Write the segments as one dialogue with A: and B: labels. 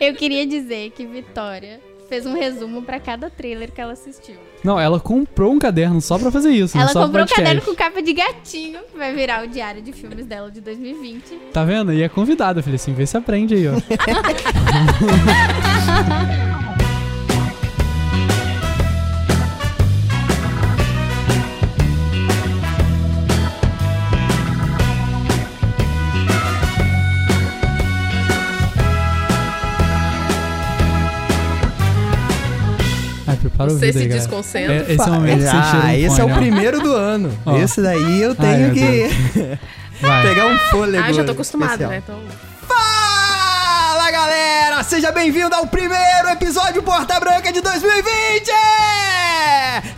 A: Eu queria dizer que Vitória fez um resumo pra cada trailer que ela assistiu.
B: Não, ela comprou um caderno só pra fazer isso. né?
A: ela
B: só pro
A: comprou um
B: podcast.
A: caderno com capa de gatinho, que vai virar o diário de filmes dela de 2020.
B: Tá vendo? E é convidada, filho. Assim, vê se aprende aí, ó. Ai, prepara o
C: Você
B: vídeo
C: se
B: aí, galera.
C: desconcentra.
B: É, esse é o momento que você cheira
D: Ah,
B: um
D: esse é
B: fone,
D: o
B: ó.
D: primeiro do ano.
B: Ó.
D: Esse daí eu
B: Ai,
D: tenho
B: meu
D: que
B: Vai.
D: pegar um fôlego.
C: Ah, já tô acostumado,
D: especial.
C: né? Então,
D: Fala galera, seja bem-vindo ao primeiro episódio Porta Branca de 2020!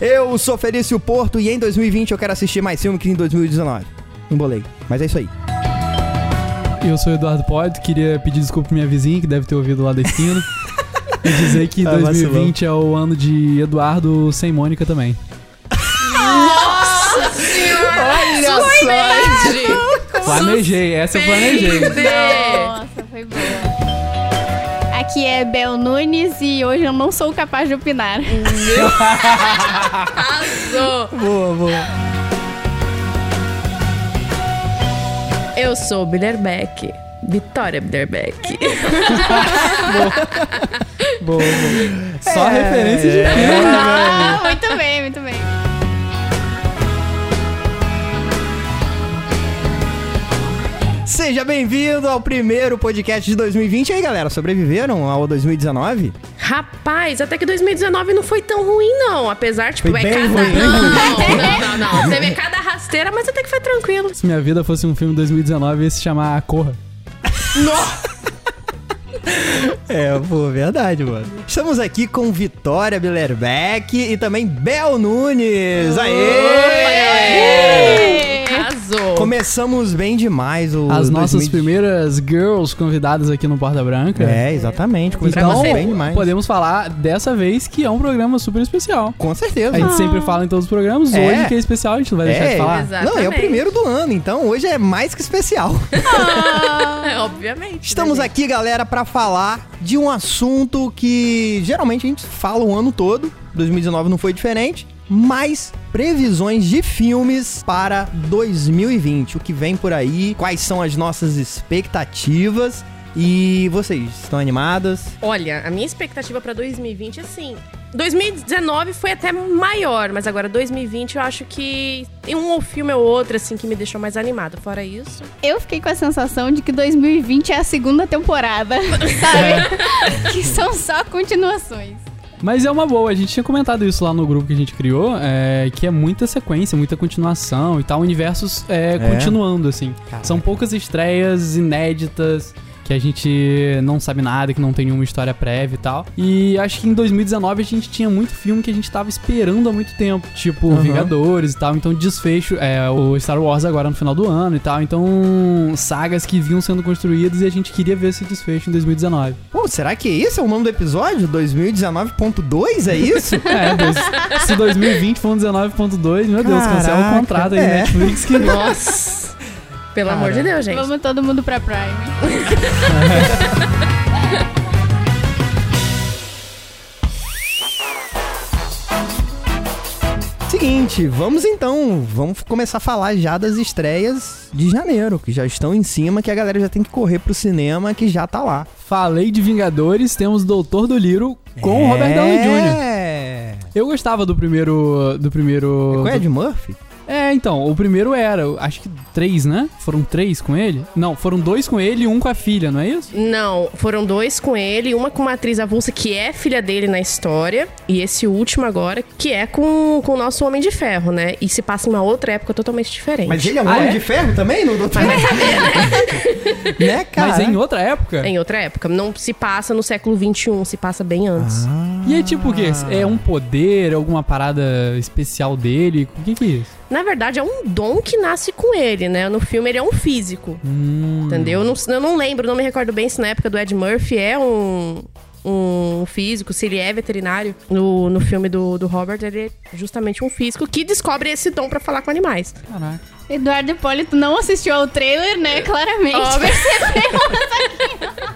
D: Eu sou Felício Porto e em 2020 eu quero assistir mais filme que em 2019. Embolei, mas é isso aí.
B: Eu sou o Eduardo Pod, queria pedir desculpa pra minha vizinha, que deve ter ouvido lá da esquina. e dizer que
D: Ah,
B: 2020 é o ano de Eduardo sem Mônica também.
D: Olha só!
B: Planejei, essa eu planejei.
A: Nossa, foi boa. Aqui é Bel Nunes e hoje eu não sou capaz de opinar.
C: Arrasou!
D: Boa, boa.
C: Eu sou Bilderbeck. Vitória Bilderbeck.
B: Boa, boa.
D: É.
B: Só referência de filme.
A: Ah, muito bem, muito bem.
D: Seja bem-vindo ao primeiro podcast de 2020. E aí galera, sobreviveram ao 2019?
C: Rapaz, até que 2019 não foi tão ruim, não. Apesar, tipo,
D: Foi
C: é
D: bem
C: cada.
D: ruim, né? bem
C: não,
D: ruim.
C: não, não, não, Você vê cada rasteira, mas até que foi tranquilo.
B: Se minha vida fosse um filme de 2019, ia se chamar A Corra.
D: É, pô, verdade, mano. Estamos aqui com Vitória Billerbeck e também Bel Nunes. Aê!
C: Arrasou.
D: Começamos bem demais o
B: As nossas
D: 2020.
B: primeiras girls convidadas aqui no Porta Branca.
D: É, exatamente. Começamos
B: Então,
D: bem demais.
B: podemos falar dessa vez que é um programa super especial.
D: Com certeza.
B: A gente sempre fala em todos os programas,
D: É.
B: hoje que é especial, a gente não vai deixar de falar.
D: não, é o
C: Exatamente.
D: primeiro do ano, então hoje é mais que especial.
C: É, Obviamente.
D: Estamos
C: né,
D: aqui, galera, pra falar de um assunto que geralmente a gente fala o ano todo, 2019 não foi diferente, mas previsões de filmes para 2020, o que vem por aí, quais são as nossas expectativas e vocês estão animadas?
C: Olha, a minha expectativa pra 2020 é assim. 2019 foi até maior, mas agora 2020 eu acho que tem um filme ou outro assim que me deixou mais animada. Fora isso,
A: Eu fiquei com a sensação de que 2020 é a segunda temporada, sabe? que são só continuações.
B: Mas é uma boa, a gente tinha comentado isso lá no grupo que a gente criou, é, que é muita sequência, muita continuação e tal, universos é, continuando, assim.
D: Caraca.
B: São poucas estreias inéditas. Que a gente não sabe nada, que não tem nenhuma história prévia e tal. E acho que em 2019 a gente tinha muito filme que a gente tava esperando há muito tempo. Tipo,
D: Aham.
B: Vingadores e tal. Então, desfecho. É, o Star Wars agora no final do ano e tal. Então, sagas que vinham sendo construídas e a gente queria ver esse desfecho em 2019.
D: Pô, será que esse é o nome do episódio? 2019.2, é isso?
B: É, Deus. se 2020 for um 19.2, meu Deus, cancela
D: Caraca,
B: o contrato aí, né?
D: é.
B: Netflix. Que...
C: nossa. Pelo amor de Deus, gente.
A: Vamos todo mundo pra Prime.
D: Seguinte, vamos então, vamos começar a falar já das estreias de janeiro, que já estão em cima, que a galera já tem que correr pro cinema, que já tá lá.
B: Falei de Vingadores, temos Doutor do Liro com o Robert Downey Jr.
D: É.
B: Eu gostava do primeiro. Do primeiro.
D: Com Ed Murphy?
B: É, então, o primeiro era, eu acho que três, né? Foram três com ele? Não, foram dois com ele e um com a filha, não é isso?
C: Não, foram dois com ele, uma com uma atriz avulsa que é filha dele na história, e esse último agora, que é com, com o nosso Homem de Ferro, né? E se passa em uma outra época totalmente diferente.
D: ele é um
B: Ah, é?
D: de ferro também? Não doutor?
C: é
D: né, cara?
B: Mas em outra época.
C: Em outra época. Não se passa no século XXI, se passa bem antes.
B: E é tipo o quê? É um poder, alguma parada especial dele? O que que é isso?
C: Na verdade, é um dom que nasce com ele, né? No filme ele é um físico.
B: Hum.
C: Entendeu? Eu não, eu não lembro, não me recordo bem se na época do Ed Murphy é um, um físico, se ele é veterinário, no, no filme do, do Robert, ele é justamente um físico que descobre esse dom pra falar com animais.
B: Caraca.
A: Eduardo Hipólito não assistiu ao trailer,
C: É.
A: né? Claramente.
C: Óbvio.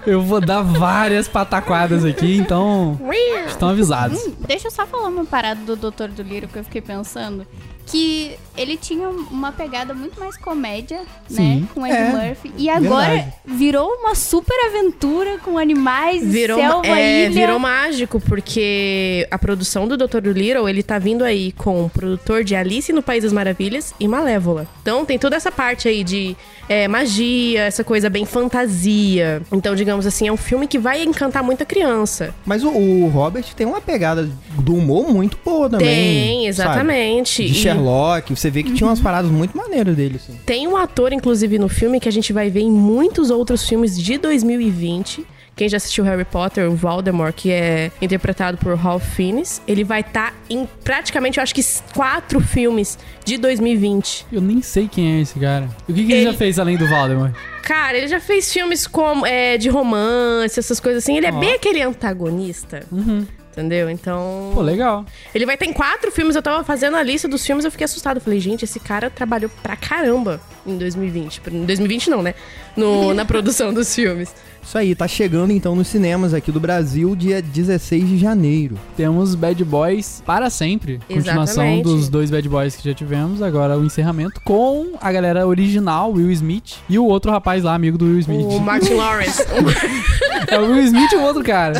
B: Eu vou dar várias pataquadas aqui, então estão avisados.
A: Hum, Deixa eu só falar uma parada do Doutor do Liro que eu fiquei pensando. Que ele tinha um, uma pegada muito mais comédia,
B: Sim.
A: né? Com o Ed
D: É,
A: Murphy. E agora
D: verdade.
A: virou uma super aventura com animais, e
C: Virou,
A: selva,
C: é,
A: ilha.
C: virou mágico, porque a produção do Dr. Dolittle, ele tá vindo aí com o produtor de Alice no País das Maravilhas e Malévola. Então tem toda essa parte aí de é, magia, essa coisa bem fantasia. Então, digamos assim, é um filme que vai encantar muita criança.
D: Mas o, o Robert tem uma pegada do humor muito boa também.
C: tem,
D: sabe?
C: exatamente.
D: De
C: E-
D: Sherlock, você vê que tinha umas paradas muito maneiras dele, assim.
C: Tem um ator, inclusive, no filme que a gente vai ver em muitos outros filmes de 2020. Quem já assistiu Harry Potter, o Voldemort, que é interpretado por Ralph Fiennes, ele vai estar em praticamente, eu acho que s- quatro filmes de 2020.
B: Eu nem sei quem é esse cara. E o que, que ele...
C: Ele-
B: já fez além do Valdemar?
C: Cara, ele já fez filmes como, é, de romance, essas coisas assim. Ele é
B: Ó.
C: bem aquele antagonista,
B: Uhum.
C: entendeu? Então...
B: Pô, legal.
C: Ele vai ter em quatro filmes. Eu tava fazendo a lista dos filmes, eu fiquei assustado. Eu falei, gente, esse cara trabalhou pra caramba em 2020. Em 2020 não, né? No- na produção dos filmes.
D: Isso aí, tá chegando então nos cinemas aqui do Brasil, dia 16 de janeiro.
B: Temos Bad Boys para sempre. Continuação
C: Exatamente.
B: dos dois Bad Boys que já tivemos. Agora o encerramento com a galera original, Will Smith, e o outro rapaz lá, amigo do Will Smith.
C: O Martin Lawrence.
B: É o Will Smith e o outro cara.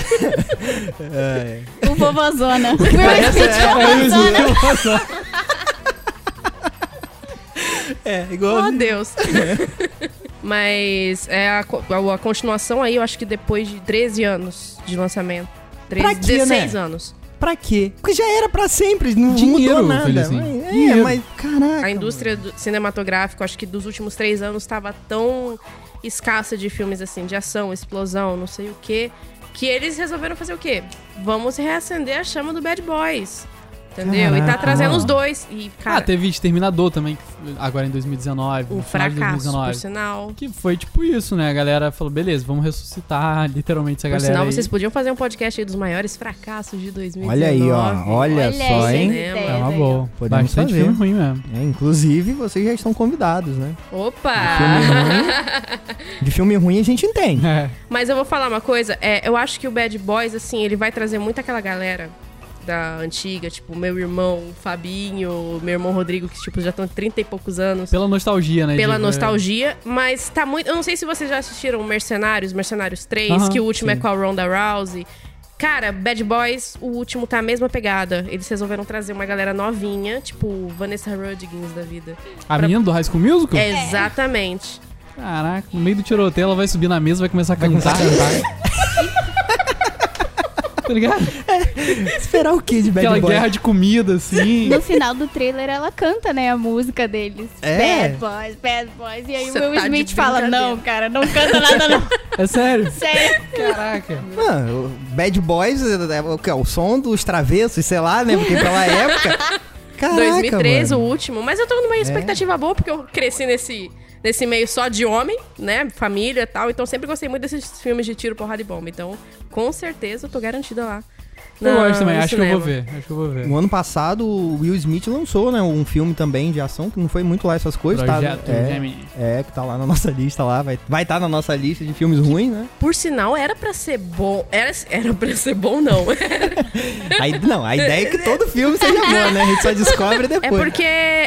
D: É,
A: O Vovozona. O Will Smith
B: É o Will
A: Vovozona.
B: Smith
C: né?
B: e o outro.
D: É,
C: oh,
D: igual.
C: Deus. Mas é a, co- a, a continuação aí, eu acho que depois de 13 anos de lançamento. 13,
D: Pra quê, né?
C: 16 anos.
D: Pra quê? Porque já era pra sempre, não
B: Dinheiro,
D: mudou nada.
B: Felizinho.
D: Mas- É,
B: Dinheiro.
D: mas caraca.
C: A indústria do- cinematográfica, eu acho que dos últimos três anos tava tão escassa de filmes assim, de ação, explosão, não sei o quê, que eles resolveram fazer o quê? Vamos reacender a chama do Bad Boys. Entendeu? e tá
B: Caraca,
C: trazendo
B: mano.
C: os dois. E, cara,
B: ah, teve Exterminador também, agora em 2019.
C: um
B: no final de
C: fracasso, por
B: 2019.
C: sinal.
B: Que foi tipo isso, né? A galera falou, beleza, vamos ressuscitar literalmente essa
C: Por
B: galera.
C: sinal,
B: aí.
C: vocês podiam fazer um podcast aí dos maiores fracassos de 2019.
D: Olha aí, ó. Olha, só,
A: aí,
D: hein?
A: gente,
C: É
B: É
A: ideias
B: uma
A: aí,
B: boa.
D: Podemos
B: Bastante
D: fazer.
B: filme ruim mesmo.
D: É, inclusive, vocês já estão convidados, né?
B: Um
C: Opa!
D: De filme ruim a gente entende.
B: É.
C: Mas eu vou falar uma coisa, é, eu acho que o Bad Boys, assim, ele vai trazer muito aquela galera da antiga, tipo, meu irmão Fabinho, meu irmão Rodrigo, que, tipo, já estão 30 e poucos anos.
B: Pela nostalgia, né?
C: Pela
B: de-
C: nostalgia, mas tá muito. Eu não sei se vocês já assistiram Mercenários, Mercenários 3,
B: Aham,
C: que o último
B: sim.
C: é com a Ronda Rousey. Cara, Bad Boys, o último tá a mesma pegada. Eles resolveram trazer uma galera novinha, tipo Vanessa Rodgers da vida.
B: É. A menina do High School Musical?
C: É. Exatamente.
B: Caraca, no meio do tiroteio ela vai subir na mesa e vai começar a cantar. tá ligado?
D: Esperar o que de Bad
B: Aquela
D: Boy?
B: guerra de comida, assim.
A: No final do trailer ela canta, né, a música deles.
D: É?
A: Bad boys, bad boys. E aí
C: Cê
A: o Will
C: tá de
A: Smith fala,
C: brincadeira.
A: não, cara, não canta nada não.
B: É sério.
A: Sério.
B: Caraca.
D: Ah, o Bad Boys é, é o que? É o som dos travessos, sei lá, né? Porque pela época. Caraca,
C: 2013,
D: mano.
C: o último. Mas eu tô
B: É.
C: numa expectativa boa, porque eu cresci nesse, nesse meio só de homem, né? Família e tal. Então sempre gostei muito desses filmes de tiro, porrada e bomba. Então, com certeza, eu tô garantida lá.
B: Eu
C: na-
B: gosto também,
C: no
B: acho que eu vou
C: cinema.
B: ver. Acho que eu vou ver.
D: No ano passado, o Will Smith lançou, né, um filme também de ação, que não foi muito lá essas coisas.
B: Projeto
D: tá, é,
B: Gemini.
D: é, que tá lá na nossa lista lá, vai estar vai tá na nossa lista de filmes ruins, né?
C: Por sinal, era pra ser bom. Era, era pra ser bom, não.
D: Aí, não, a ideia é que todo filme seja bom, né? A gente só descobre
C: É
D: depois.
C: porque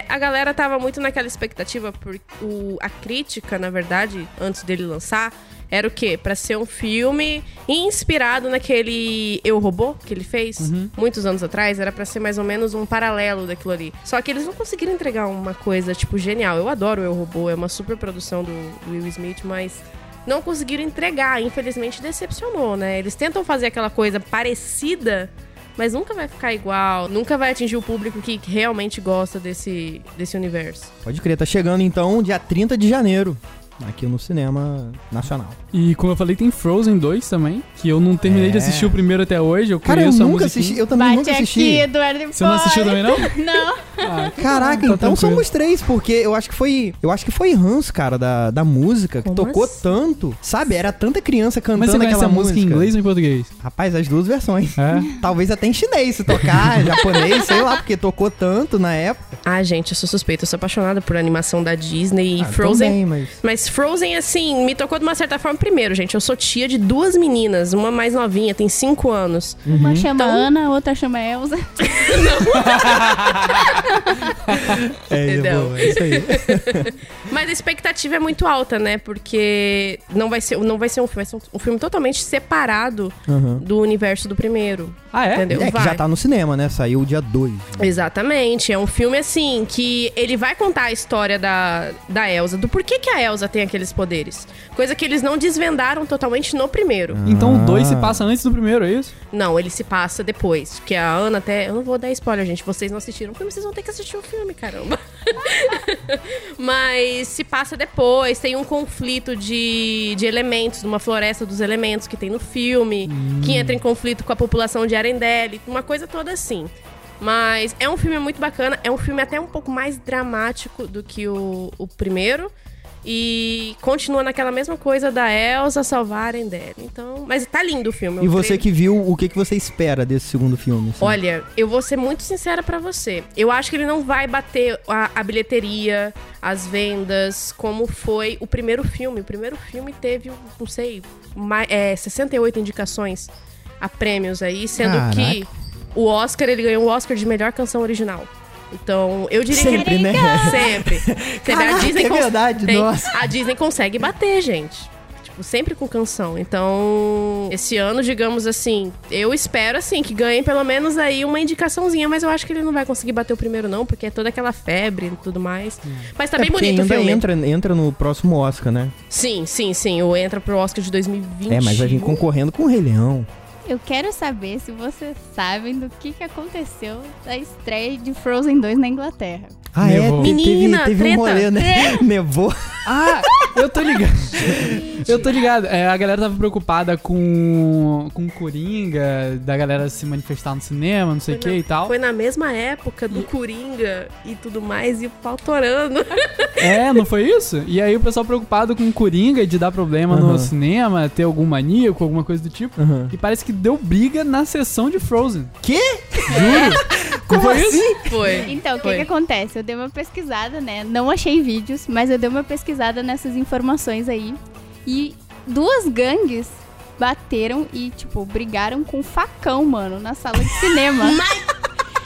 C: a galera tava muito naquela expectativa, porque o, a crítica, na verdade, antes dele lançar, era o quê? Pra ser um filme inspirado naquele Eu Robô que ele fez
D: Uhum.
C: muitos anos atrás, era pra ser mais ou menos um paralelo daquilo ali. Só que eles não conseguiram entregar uma coisa, tipo, genial. Eu adoro o Eu Robô, é uma super produção do, do Will Smith, mas não conseguiram entregar, infelizmente decepcionou, né? Eles tentam fazer aquela coisa parecida, mas nunca vai ficar igual, nunca vai atingir o público que realmente gosta desse, desse universo.
D: Pode crer, tá chegando então dia 30 de janeiro, aqui no cinema nacional.
B: E como eu falei, tem Frozen 2 também, que eu não terminei de
D: É.
B: assistir o primeiro até hoje. Eu
D: Cara, eu
B: conheço a
D: nunca
B: musiquinha.
D: assisti, eu também
A: Bate
D: nunca
A: aqui,
D: assisti.
A: Eduardo
B: Você não assistiu também, não?
A: Não.
B: Ah,
D: Caraca,
B: Tá
D: então
B: tranquilo.
D: somos três, porque eu acho que foi. Eu acho que foi Hans, cara, da, da música, que
C: Como
D: tocou
C: assim?
D: tanto. Sabe, era tanta criança cantando
B: mas você conhece
D: aquela
B: a música em inglês ou em português?
D: Rapaz, as duas versões.
B: É?
D: Talvez até em chinês se tocar, japonês, sei lá, porque tocou tanto na época.
C: Ah, gente, eu sou suspeita. Eu sou apaixonada por animação da Disney e
D: Ah,
C: Frozen.
D: também, mas-
C: Mas Frozen, assim, me tocou de uma certa forma. Primeiro, gente, eu sou tia de duas meninas. Uma mais novinha, tem cinco anos.
A: Uma chama
C: Então-
A: Ana, a outra chama Elsa.
D: É,
C: Entendeu?
D: boa, é isso aí.
C: Mas a expectativa é muito alta, né? Porque não vai ser, não vai ser um filme, vai ser um- um filme totalmente separado
D: Uhum.
C: do universo do primeiro.
B: Ah, é?
C: Entendeu?
D: É que
C: Vai.
D: já tá no cinema, né? Saiu dia 2.
C: Exatamente. É um filme, assim, que ele vai contar a história da, da Elsa, do porquê que a Elsa tem aqueles poderes. Coisa que eles não desvendaram totalmente no primeiro.
B: Então o dois se
D: Ah.
B: passa antes do primeiro, é isso?
C: Não, ele se passa depois. Porque a Ana até. Eu não vou dar spoiler, gente. Vocês não assistiram o filme, vocês vão ter que assistir o filme, caramba. Mas se passa depois. Tem um conflito de, de elementos, numa floresta dos elementos que tem no filme, que entra em conflito com a população de Arendelle. Uma coisa toda assim. Mas é um filme muito bacana. É um filme até um pouco mais dramático do que o, o primeiro. E continua naquela mesma coisa da Elsa salvar Arendelle. Então, mas tá lindo o filme.
D: E
C: eu
D: você
C: creio-
D: que viu, o que, que você espera desse segundo filme? assim?
C: Olha, eu vou ser muito sincera pra você. Eu acho que ele não vai bater a, a bilheteria, as vendas, como foi o primeiro filme. O primeiro filme teve, não sei, mais, é, 68 indicações a prêmios aí, sendo
D: Caraca.
C: que o Oscar, ele ganhou o Oscar de melhor canção original. Então, eu diria que
D: Sempre, né?
C: Sempre. Sempre.
D: Caraca, é
C: cons-
D: verdade, nossa.
C: A Disney consegue bater, gente. Tipo, sempre com canção. Então, esse ano, digamos assim, eu espero, assim, que ganhe pelo menos aí uma indicaçãozinha, mas eu acho que ele não vai conseguir bater o primeiro, não, porque é toda aquela febre e tudo mais. Mas tá
D: É
C: bem
D: porque
C: bonito o
D: ainda
C: filme.
D: Entra, entra no próximo Oscar, né?
C: Sim, sim, sim. O entra pro Oscar de 2020.
D: É, mas vai vir concorrendo com o Rei Leão.
A: Eu quero saber se vocês sabem do que, que aconteceu da estreia de Frozen 2 na Inglaterra.
D: Ah,
B: Nevou.
D: é? Te-
C: Menina,
D: teve, teve um
C: treta.
D: rolê, né? Nevou.
B: Ah, eu tô ligado. eu tô ligado. É, a galera tava preocupada com com Coringa, da galera se manifestar no cinema, não sei o que e tal.
C: Foi na mesma época do Coringa e tudo mais, e o pau torando.
B: É, não foi isso? E aí o pessoal preocupado com Coringa de dar problema
D: Aham.
B: no cinema, ter algum maníaco, alguma coisa do tipo.
D: Aham.
B: E parece que deu briga na sessão de Frozen.
D: Quê?
B: Juro? Como foi
D: assim?
B: isso?
C: Foi.
A: Então, o que,
C: Foi.
A: que acontece? Eu dei uma pesquisada, né? Não achei vídeos, mas eu dei uma pesquisada nessas informações aí. E duas gangues bateram e, tipo, brigaram com facão, mano, na sala de cinema.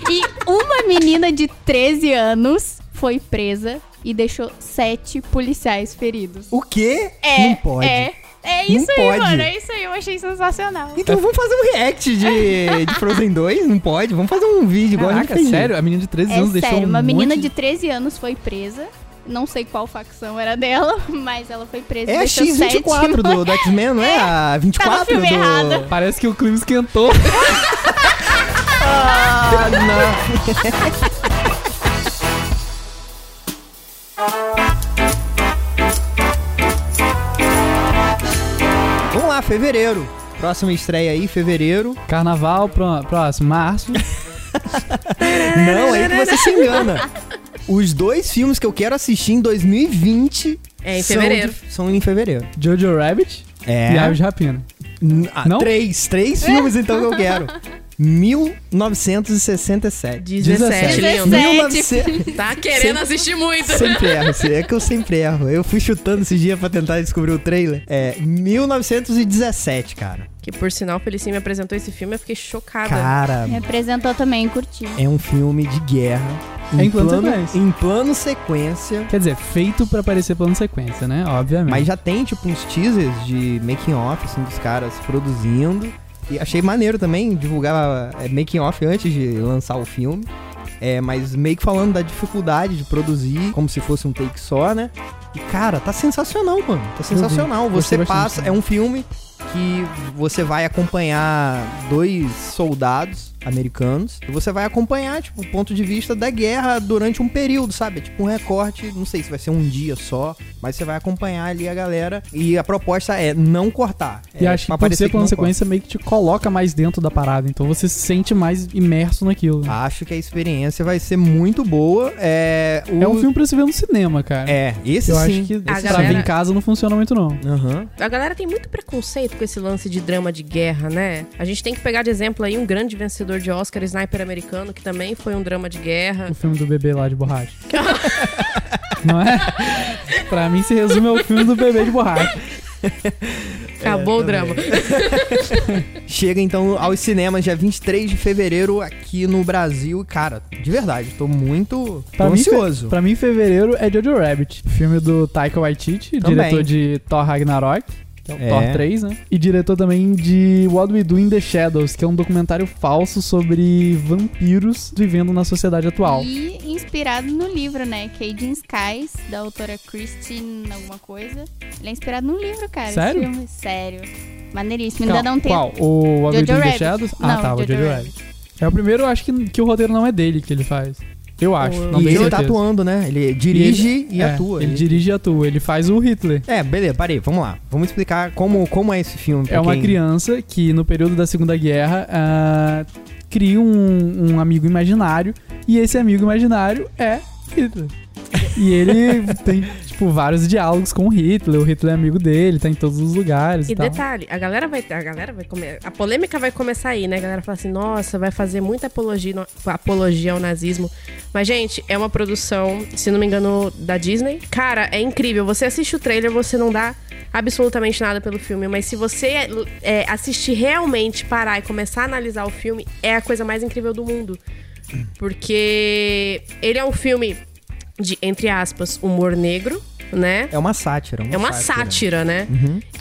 A: e uma menina de 13 anos foi presa e deixou sete policiais feridos.
D: O quê?
A: É,
D: Não pode.
A: É, é isso
D: Não
A: aí,
D: pode.
A: mano. É isso aí, eu achei sensacional.
D: Então vamos fazer um react de, de Frozen 2? Não pode? Vamos fazer um vídeo igual a gente
B: Caraca,
D: fez.
B: sério? A menina de 13
A: É
B: anos deixou
A: sério,
B: um
A: uma menina
B: monte
A: de 13 anos foi presa. Não sei qual facção era dela, mas ela foi presa.
D: É a
A: deixou sete
D: X24 do, do X-Men, não é? A 24
A: filme
D: do...
A: errado.
B: Parece que o clima esquentou.
D: Ah, não. Vamos lá, fevereiro. Próxima estreia aí, fevereiro.
B: Carnaval, pró- próximo, março.
D: Não, aí que você se engana. Os dois filmes que eu quero assistir em 2020
C: É, em
D: são de-
C: fevereiro.
D: São, em fevereiro.
B: Jojo Rabbit
D: É.
B: e Aves de Rapina.
D: N- ah,
B: Não?
D: Três, três filmes então que eu quero. 1967.
C: 17,
B: 17.
C: lindo.
D: 1900
C: Tá querendo assistir muito.
D: Sempre erro, Cê. é que eu sempre erro. Eu fui chutando esses dias pra tentar descobrir o trailer. É, 1917, cara.
C: Que por sinal, o Felicinho me apresentou esse filme, eu fiquei chocada.
D: Cara,
A: Me apresentou também, curti.
D: é um filme de guerra.
B: É em plano sequência.
D: em plano sequência.
B: Quer dizer, feito pra aparecer plano sequência, né? Obviamente.
D: Mas já tem, tipo, uns teasers de making off, assim, dos caras produzindo. E achei maneiro também divulgar é, making off antes de lançar o filme. É, mas meio que falando da dificuldade de produzir, como se fosse um take só, né? E cara, tá sensacional, mano. Tá sensacional.
B: vi. Gostei
D: Você
B: bastante
D: passa.
B: também.
D: É um filme que você vai acompanhar dois soldados americanos. E você vai acompanhar, tipo, o ponto de vista da guerra durante um período, sabe? É Tipo um recorte, não sei se vai ser um dia só, mas você vai acompanhar ali a galera. E a proposta é não cortar.
B: E
D: É,
B: acho
D: pra
B: que por
D: parecer
B: ser
D: não
B: plano
D: corta.
B: sequência meio que te coloca mais dentro da parada, então você se sente mais imerso naquilo.
D: Acho que a experiência vai ser muito boa. É, o-
B: É um filme pra se ver no cinema, cara.
D: É, esse
B: Eu
D: sim.
B: acho que pra
C: galera-
B: ver em casa não funciona muito, não.
D: Aham.
C: A galera tem muito preconceito com esse lance de drama de guerra, né? A gente tem que pegar de exemplo aí um grande vencedor de Oscar, Sniper Americano, que também foi um drama de guerra.
B: O filme do bebê lá de borracha. não é? Pra mim se resume ao filme do bebê de borracha.
C: Acabou o drama.
D: Chega então aos cinemas dia 23 de fevereiro aqui no Brasil. E, Cara, de verdade, tô muito tô
B: Pra mim,
D: ansioso.
B: Pra mim, fevereiro é Jojo Rabbit, filme do Taika Waititi,
D: Também.
B: diretor de Thor Ragnarok. que é o
D: É.
B: Thor 3, né? E diretor também de What We Do in the Shadows, que é um documentário falso sobre vampiros vivendo na sociedade atual.
A: E inspirado no livro, né? Cajun Skies, da autora Christine alguma coisa. Ele é inspirado num livro, cara. esse
B: Sério?
A: filme. Sério. Maneiríssimo.
B: Calma,
A: Ainda dá um tempo.
B: Qual? O What We
A: Jojo
B: Do in the
A: Rabbit.
B: Shadows?
A: Não,
B: ah, tá, o Jojo,
A: Jojo
B: Rabbit. É o primeiro, eu acho que, que o roteiro não é dele que ele faz. Eu acho.
C: O-
B: não
D: e
B: tenho
D: ele tá
B: certeza.
D: atuando, né? Ele dirige e,
B: É,
D: atua.
B: Ele
D: Ele-
B: dirige e atua. Ele faz o Hitler.
D: É, beleza, parei, vamos lá. Vamos explicar como, como é esse filme. pra
B: É uma
D: quem-
B: criança que, no período da Segunda Guerra, ah, cria um, um amigo imaginário. E esse amigo imaginário é Hitler. E ele tem, tipo, vários diálogos com o Hitler. O Hitler é amigo dele, tá em todos os lugares e,
C: E
B: tal.
C: detalhe, a galera vai. A galera vai comer. A polêmica vai começar aí, né? A galera fala assim, nossa, vai fazer muita apologia, no- apologia ao nazismo. Mas, gente, é uma produção, se não me engano, da Disney. Cara, é incrível. Você assiste o trailer, você não dá absolutamente nada pelo filme. Mas se você é, assistir realmente, parar e começar a analisar o filme, é a coisa mais incrível do mundo. Porque ele é um filme de, entre aspas, humor negro, né?
D: É uma sátira.
C: É uma sátira, né?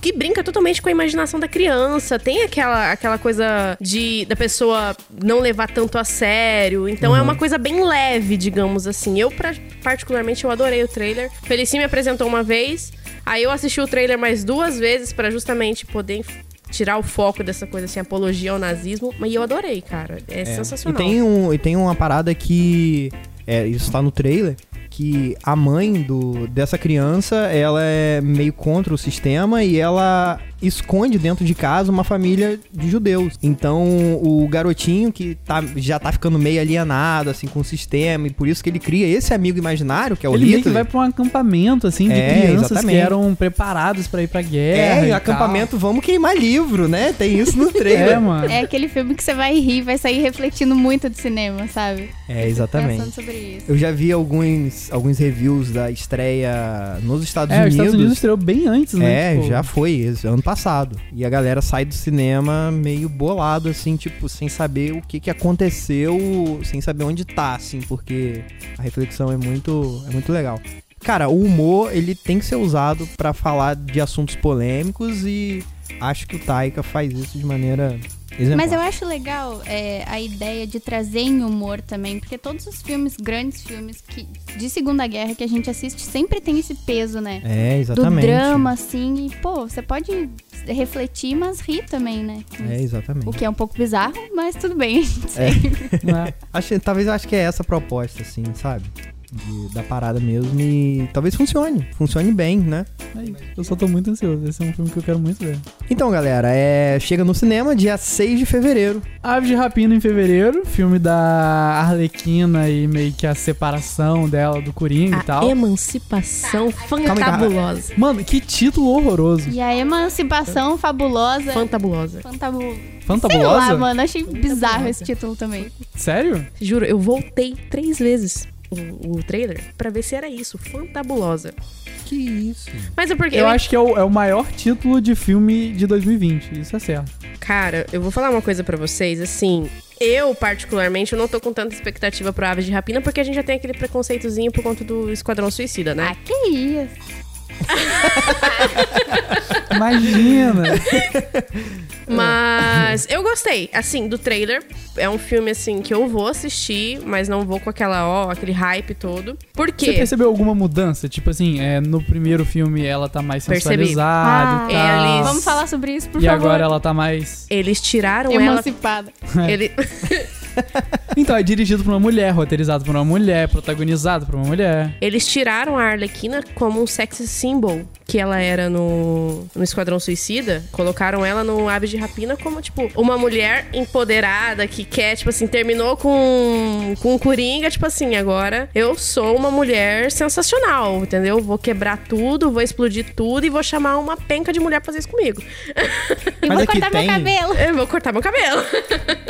C: Que brinca totalmente com a imaginação da criança. Tem aquela, aquela coisa de da pessoa não levar tanto a sério. Então é uma coisa bem leve, digamos assim. Eu, pra- particularmente, eu adorei o trailer. Felici me apresentou uma vez. Aí eu assisti o trailer mais duas vezes pra justamente poder inf- tirar o foco dessa coisa assim, apologia ao nazismo. E eu adorei, cara. É,
D: E
C: sensacional.
D: tem, um, e tem uma parada que. É, isso tá no trailer. Que a mãe do, dessa criança, ela é meio contra o sistema e ela esconde dentro de casa uma família de judeus. Então, o garotinho que tá, já tá ficando meio alienado, assim, com o sistema, e por isso que ele cria esse amigo imaginário, que é o
B: Ele meio que
D: Hitler.
B: vai pra um acampamento, assim, de
D: É,
B: crianças
D: exatamente.
B: que eram preparados pra ir pra guerra.
D: É,
B: e
D: e
B: tal.
D: acampamento, vamos queimar livro, né? Tem isso no
B: É,
D: trailer.
B: mano.
A: É aquele filme que você vai rir, vai sair refletindo muito do cinema, sabe?
D: é exatamente.
A: Pensando sobre isso.
D: Eu já vi alguns, alguns reviews da estreia nos Estados
B: É, os
D: Unidos.
B: Estados Unidos estreou bem antes, né?
D: É,
B: Tipo,
D: já foi, esse- ano passado. E a galera sai do cinema meio bolado, assim, tipo, sem saber o que, que aconteceu, sem saber onde tá, assim, porque a reflexão é muito, é muito legal. Cara, o humor, ele tem que ser usado pra falar de assuntos polêmicos e acho que o Taika faz isso de maneira exemplar.
A: Mas eu acho legal é, a ideia de trazer em humor também, porque todos os filmes, grandes filmes que, de Segunda Guerra que a gente assiste, sempre tem esse peso, né?
D: É,
A: Do
D: exatamente.
A: drama, assim, e pô, você pode refletir, mas rir também, né?
D: É, exatamente.
A: O que é um pouco bizarro, mas tudo bem.
B: né?
D: Acho, talvez eu acho que é essa a proposta, assim, sabe? De- da parada mesmo e talvez funcione. Funcione bem, né?
B: É isso. Eu só tô muito ansioso. Esse é um filme que eu quero muito ver.
D: Então, galera, é... chega no cinema dia 6 de fevereiro.
B: Aves de Rapina em fevereiro, filme da Arlequina e meio que a separação dela do
A: Ah,
B: Coringa e
C: A
B: tal.
C: emancipação
D: aí, cara.
C: fantabulosa.
B: Mano, que título horroroso.
A: E a emancipação fabulosa.
C: Fantabulosa.
A: Fantabu... Sei lá,
B: Fantabulosa?
A: mano, achei bizarro
C: Fantabulosa.
A: esse título também.
B: Sério?
C: Juro, eu voltei três vezes o, o trailer pra ver se era isso. Fantabulosa.
D: Que isso.
C: Mas é porque.
B: Eu acho que é o, é o maior título de filme de 2020, isso é certo.
C: Cara, eu vou falar uma coisa pra vocês, assim. Eu, particularmente, eu não tô com tanta expectativa pro Aves de Rapina, porque a gente já tem aquele preconceitozinho por conta do Esquadrão Suicida, né?
A: Ah, que isso.
B: Imagina!
C: Mas eu gostei, assim, do trailer. É um filme, assim, que eu vou assistir, mas não vou com aquela, ó, aquele hype todo. Por
B: Você
C: quê?
B: percebeu alguma mudança? Tipo assim, é, no primeiro filme ela tá mais
C: Percebi.
B: sensualizada e
C: Ah,
B: tal.
C: eles-
A: Vamos falar sobre isso, por
B: E
A: favor.
B: agora ela tá mais.
C: Eles tiraram
A: Emancipada.
C: ela. Ele...
B: Então, é dirigido por uma mulher, roteirizado por uma mulher, protagonizado por uma mulher.
C: Eles tiraram a Arlequina como um sex symbol que ela era no, no Esquadrão Suicida. Colocaram ela no Aves de Rapina como, tipo, uma mulher empoderada que quer, tipo assim, terminou com, com um coringa, tipo assim, agora eu sou uma mulher sensacional, entendeu? Vou quebrar tudo, vou explodir tudo e vou chamar uma penca de mulher pra fazer isso comigo.
A: E
D: Mas
A: vou
D: aqui
A: cortar
D: tem-
A: meu cabelo.
C: Eu vou cortar meu cabelo.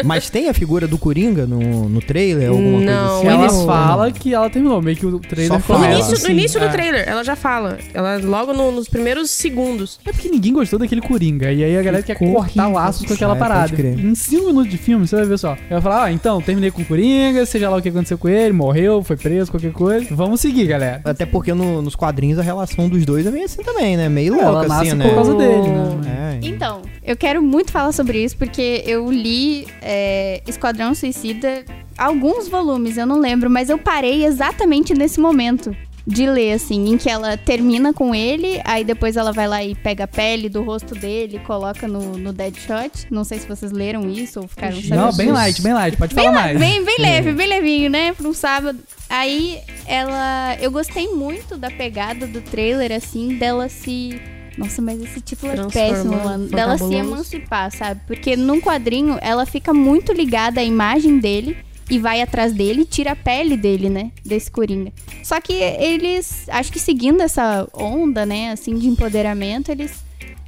D: Mas tem a figura do Coringa no, no trailer? Alguma
C: Não,
D: coisa assim?
B: ela
C: início-
B: fala que ela terminou, meio que o trailer
D: Só fala.
C: No
D: Ah,
C: início,
B: assim,
C: no início
B: é.
C: do trailer, ela já fala. Ela logo no- nos primeiros segundos.
B: É porque ninguém gostou daquele Coringa. E aí a galera quer
D: Ficou
B: cortar
D: horrível.
B: laços com aquela
D: É, pode
B: parada.
D: crer.
B: Em 5 minutos de filme, você vai ver só. Vai falar, ah, então, terminei com o Coringa, seja lá o que aconteceu com ele, morreu, foi preso, qualquer coisa. Vamos seguir, galera.
D: Até porque no- nos quadrinhos a relação dos dois é meio assim também, né? Meio
B: Ela
D: louca,
B: nasce
D: assim,
B: por
D: né?
B: causa dele, né?
D: É.
A: Então, eu quero muito falar sobre isso, porque eu li é, Esquadrão Suicida alguns volumes, eu não lembro, mas eu parei exatamente nesse momento de ler, assim, em que ela termina com ele, aí depois ela vai lá e pega a pele do rosto dele, coloca no, no Deadshot. Não sei se vocês leram isso ou ficaram sabendo.
B: Não, bem light, bem light, pode
A: Bem,
B: falar
A: le-
B: mais.
A: bem, bem leve, bem levinho, né? Pra um sábado. Aí ela. Eu gostei muito da pegada do trailer, assim, dela se. Nossa, mas esse título é
C: Transformando,
A: péssimo, mano. Dela se
C: fantabuloso.
A: emancipar, sabe? Porque num quadrinho ela fica muito ligada à imagem dele e vai atrás dele e tira a pele dele, né? Desse Coringa. Só que eles, acho que seguindo essa onda, né, assim, de empoderamento, eles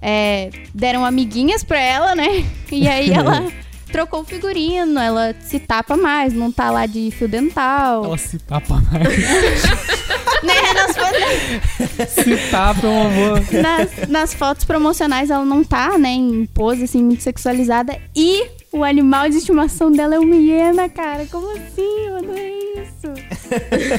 A: é, deram amiguinhas pra ela, né? E aí ela trocou o figurino, ela se tapa mais, não tá lá de fio dental.
B: Ela se tapa mais.
A: Né? Nas, fo-
B: se tapa, meu amor.
A: nas- nas fotos promocionais ela não tá, né, em pose, assim, muito sexualizada. E o animal de estimação dela é uma hiena, cara. Como assim? Eu adorei isso.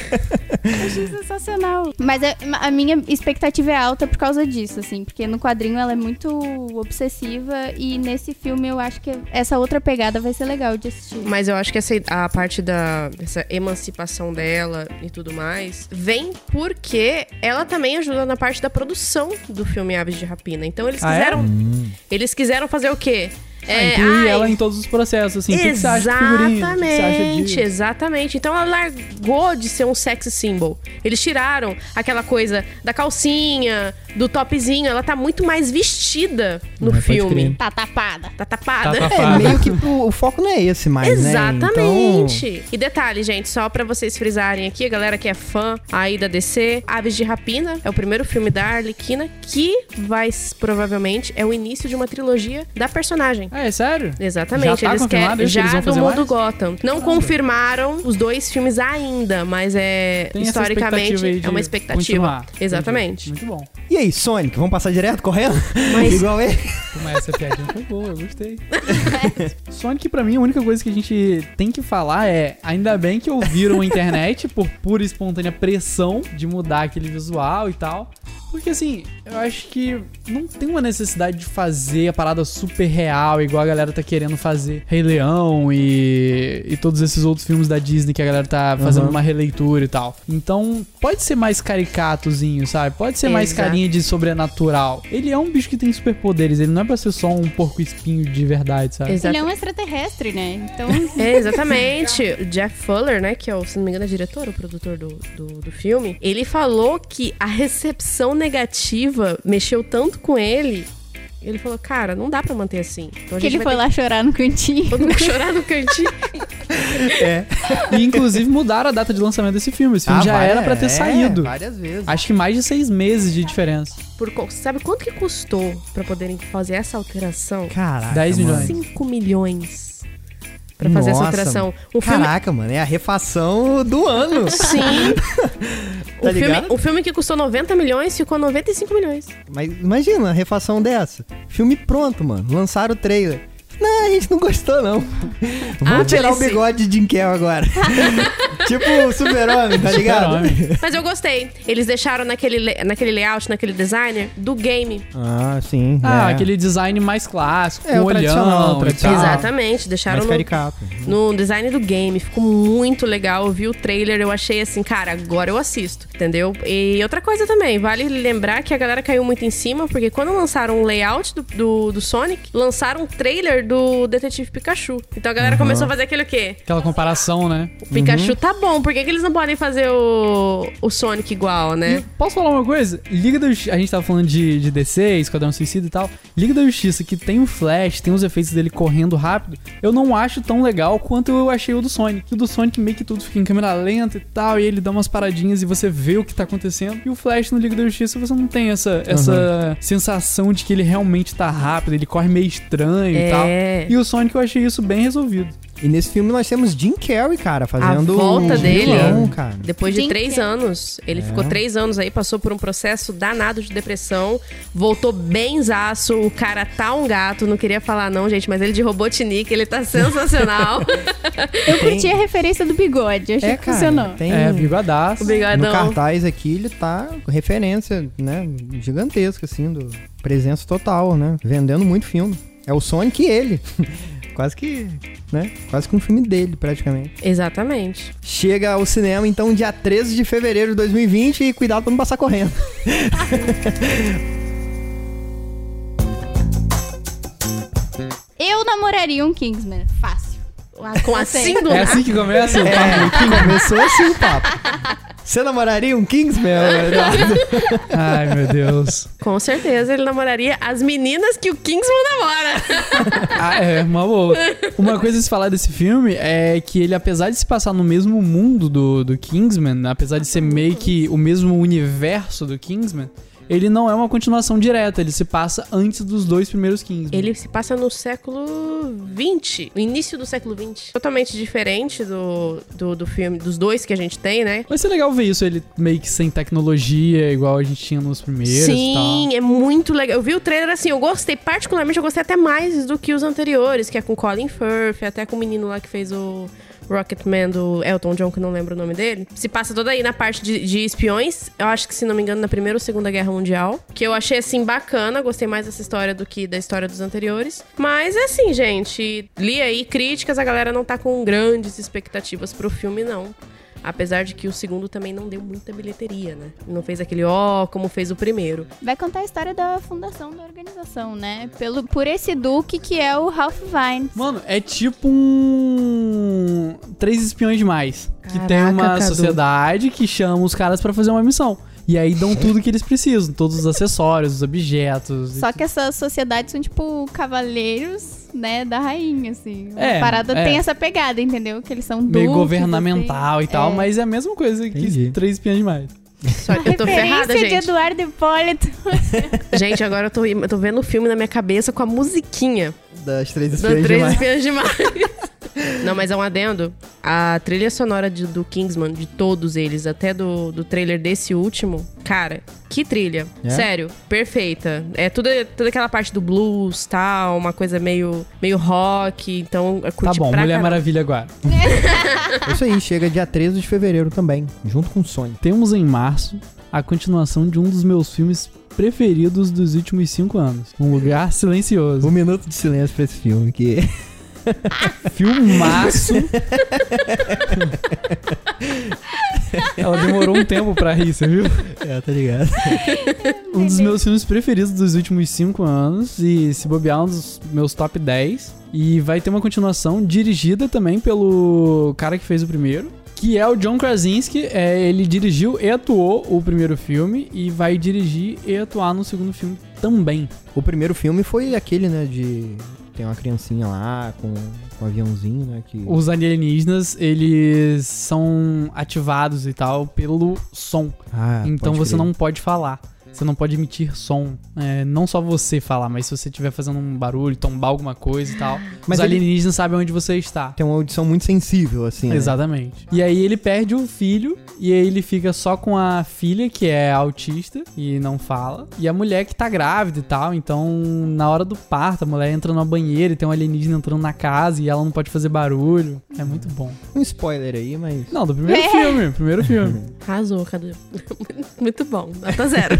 A: Achei sensacional. Mas a, a minha expectativa é alta por causa disso, assim. Porque no quadrinho ela é muito obsessiva e nesse filme eu acho que essa outra pegada vai ser legal de assistir.
C: Mas eu acho que essa, a parte da essa emancipação dela e tudo mais vem porque ela também ajuda na parte da produção do filme Aves de Rapina. Então eles
B: Ah, é?
C: quiseram. Eles quiseram fazer o quê?
B: Ah,
C: É,
B: incluir
C: ai,
B: ela em todos os processos, assim. O que que você acha de figurinha? O que que você acha
C: Exatamente,
B: de...
C: exatamente. Então ela largou de ser um sex symbol. Eles tiraram aquela coisa da calcinha, do topzinho. Ela tá muito mais vestida no
B: Pode
C: filme.
B: crer.
A: Tá tapada.
C: Tá tapada.
B: Tá
D: É,
B: tapada.
D: meio que o, o foco não é esse mais, né? Então-
C: Exatamente. E detalhe, gente, só pra vocês frisarem aqui, a galera que é fã aí da DC, Aves de Rapina é o primeiro filme da Arlequina que vai provavelmente é o início de uma trilogia da personagem.
B: Ah, é sério?
C: Exatamente,
B: Já tá
C: eles
B: confirmado
C: querem
B: isso? Eles
C: já
B: vão
C: do
B: fazer
C: mundo
B: mais?
C: Gotham. Não confirmaram os dois filmes ainda, mas é
B: Tem essa
C: historicamente
B: expectativa aí de
C: é uma expectativa.
B: continuar.
C: Exatamente.
B: Entendi. Muito bom.
D: Então, E aí, Sonic, vamos passar direto correndo?
C: Mas-
D: Igual ele?
B: Mas é essa piadinha foi boa, eu gostei. Sonic, pra mim, a única coisa que a gente tem que falar é: ainda bem que ouviram a internet por pura e espontânea pressão de mudar aquele visual e tal. Porque assim, eu acho que não tem uma necessidade de fazer a parada super real, igual a galera tá querendo fazer Rei Leão e, e todos esses outros filmes da Disney que a galera tá fazendo
D: Uhum.
B: uma releitura e tal. Então, pode ser mais caricatozinho, sabe? Pode ser mais
C: Exato.
B: carinho de sobrenatural. Ele é um bicho que tem superpoderes, ele não é pra ser só um porco espinho de verdade, sabe?
C: Exata-
A: Ele é um extraterrestre, né? Então.
C: É, exatamente. O Jeff Fuller, né, que é, o, se não me engano, é diretor, o produtor do, do, do filme, ele falou que a recepção negativa mexeu tanto com ele. Ele falou, cara, não dá pra manter assim. Então a
A: que
C: gente
A: ele foi
C: vai
A: lá chorar no cantinho.
C: Todo mundo chorar no cantinho.
B: E inclusive mudaram a data de lançamento desse filme. Esse filme
D: É. Ah,
B: já
D: várias-
B: era pra ter
D: é,
B: saído.
D: Várias vezes.
B: Acho que mais de seis meses de diferença.
C: Por, co- sabe quanto que custou pra poderem fazer essa alteração?
D: Caraca.
B: 10
D: mano.
B: milhões.
C: 5 milhões pra fazer essa
D: Nossa,
C: alteração. O filme
D: Caraca, mano, é a refação do ano.
C: Sim.
D: Tá
C: o, filme,
D: ligado?
C: o filme que custou 90 milhões ficou 95 milhões.
D: Mas imagina a refação dessa. Filme pronto, mano. Lançaram o trailer. Não, a gente não gostou, não. Vamos
C: Ah,
D: tirar o
C: Felici.
D: bigode de Jim Carrey agora. tipo o super-homem, tá ligado?
B: Super-homem.
C: Mas eu gostei. Eles deixaram naquele, le- naquele layout, naquele designer, do game.
D: Ah, sim.
B: Ah,
D: é.
B: aquele design mais clássico,
D: É,
B: com
D: o tradicional,
B: olhão e
D: o
B: tal.
D: tradicional. Exato.
C: Exatamente, deixaram
D: Mais
C: no,
D: caricato.
C: no design do game. Ficou muito legal. Eu vi o trailer, eu achei assim, cara, agora eu assisto, entendeu? E outra coisa também, vale lembrar que a galera caiu muito em cima, porque quando lançaram o layout do, do, do Sonic, lançaram um trailer do Detetive Pikachu. Então a galera começou a fazer aquele o quê?
B: Aquela comparação, né?
C: O Pikachu tá bom, por que, que eles não podem fazer o, o Sonic igual, né?
B: E posso falar uma coisa? Liga da Justiça. A gente tava falando de, de DC, Esquadrão Suicida e tal. Liga da Justiça, que tem o Flash, tem os efeitos dele correndo rápido. Eu não acho tão legal quanto eu achei o do Sonic. O do Sonic meio que tudo fica em câmera lenta e tal. E ele dá umas paradinhas e você vê o que tá acontecendo. E o Flash no Liga da Justiça você não tem essa, essa sensação de que ele realmente tá rápido, ele corre meio estranho e tal.
C: É.
B: E o Sonic eu achei isso bem resolvido.
D: E nesse filme nós temos Jim Carrey, cara, fazendo.
C: A volta
D: um
C: dele.
D: vilão, cara.
C: Depois de
A: Jim
C: três
A: Carrey.
C: anos, ele ficou três anos aí, passou por um processo danado de depressão, voltou benzaço, o cara tá um gato, não queria falar não, gente, mas ele de Robotnik, ele tá sensacional.
A: Eu curti a referência do bigode, achei
D: É,
A: que
D: cara,
A: funcionou.
D: Tem...
B: É, bigodaço.
D: No
C: Obrigadão.
D: cartaz aqui, ele tá com referência, né? Gigantesca, assim, do presença total, né? Vendendo muito filme. É o Sonic e ele. Quase que, né? Quase que um filme dele, praticamente.
C: Exatamente.
D: Chega ao cinema, então, dia 13 de fevereiro de 2020 e cuidado pra não passar correndo.
A: Eu namoraria um Kingsman, fácil.
C: Com a
A: Sei.
C: síndrome.
B: É assim que começa o papo.
D: Tá É. começou assim o papo. Você namoraria um Kingsman? Eduardo?
B: Ai, meu Deus.
C: Com certeza ele namoraria as meninas que o Kingsman namora.
B: Ah, é, uma boa. Uma coisa a se falar desse filme é que ele, apesar de se passar no mesmo mundo do, do Kingsman, apesar de ser meio que o mesmo universo do Kingsman, ele não é uma continuação direta, ele se passa antes dos dois primeiros Kingsman.
C: Ele se passa no século XX, no início do século XX. Totalmente diferente do, do, do filme, dos dois que a gente tem, né?
B: Vai ser legal ver isso, ele meio que sem tecnologia, igual a gente tinha nos primeiros e
C: Sim,
B: tal.
C: é muito legal. Eu vi o trailer assim, eu gostei, particularmente eu gostei até mais do que os anteriores, que é com Colin Firth, até com o menino lá que fez o Rocketman do Elton John, que eu não lembro o nome dele. Se passa toda aí na parte de, de espiões, eu acho que se não me engano na Primeira ou Segunda Guerra Mundial, que eu achei assim bacana, gostei mais dessa história do que da história dos anteriores. Mas assim, gente, li aí críticas, a galera não tá com grandes expectativas pro filme não. Apesar de que o segundo também não deu muita bilheteria, né? Não fez aquele ó, como fez o primeiro.
A: Vai contar a história da fundação da organização, né? Pelo, por esse duque que é o Ralph Fiennes.
B: Mano, é tipo um. Três espiões demais. Que tem
C: Caraca,
A: tá
B: uma
C: Cadu.
B: sociedade que chama os caras pra fazer uma missão. E aí dão tudo que eles precisam, todos os acessórios, os objetos. e
A: Só que essas sociedades são tipo cavaleiros, né, da rainha, assim.
B: É,
A: a parada
B: é.
A: tem essa pegada, entendeu? Que eles são duques.
B: meio governamental
A: assim.
B: e tal,
A: É.
B: mas é a mesma coisa que
D: Entendi.
B: três espiãs demais.
C: Só que eu tô
A: Referência
C: ferrada,
A: de
C: gente.
A: Eduardo Hipólito.
C: Gente, agora eu tô, eu tô vendo o filme na minha cabeça com a musiquinha
D: Das três
C: do
D: espiãs
C: Três
D: demais.
C: Espiãs Demais. Não, mas é um adendo. A trilha sonora de- do Kingsman, de todos eles, até do, do trailer desse último, cara, que trilha.
D: É?
C: Sério, perfeita. É tudo, toda aquela parte do blues, tal, uma coisa meio, meio rock, então eu
B: Tá
C: curti
B: bom,
C: pra
B: Mulher
C: caramba.
B: Maravilha agora.
D: É Isso aí, chega dia 13 de fevereiro também, junto com o Sonic.
B: Temos em março a continuação de um dos meus filmes preferidos dos últimos cinco anos. Um Lugar Silencioso.
D: Um minuto de silêncio pra esse filme, que
B: Filmaço. Ela demorou um tempo pra rir, você viu?
D: é, tá ligado?
B: Um dos meus filmes preferidos dos últimos cinco anos e se bobear um dos meus top 10. E vai ter uma continuação dirigida também pelo cara que fez o primeiro, que é o John Krasinski. É, ele dirigiu e atuou o primeiro filme e vai dirigir e atuar no segundo filme também.
D: O primeiro filme foi aquele, né, de... Tem uma criancinha lá, com, com um aviãozinho, né, que...
B: Os alienígenas, eles são ativados e tal pelo som.
D: Ah,
B: então
D: pode
B: você
D: crer.
B: não pode falar. Você não pode emitir som. É, não só você falar, mas se você estiver fazendo um barulho, tombar alguma coisa e tal.
D: Mas
B: Mas os
D: ele-
B: alienígenas sabem onde você está.
D: Tem uma audição muito sensível, assim. né?
B: Exatamente. E aí ele perde o filho, e aí ele fica só com a filha, que é autista e não fala, e a mulher que tá grávida e tal. Então, na hora do parto, a mulher entra numa banheira e tem um alienígena entrando na casa e ela não pode fazer barulho. É muito bom.
D: Um spoiler aí, mas.
B: Não, do primeiro
A: É.
B: filme, primeiro filme.
C: Arrasou, Cadu. Muito bom. Nota zero.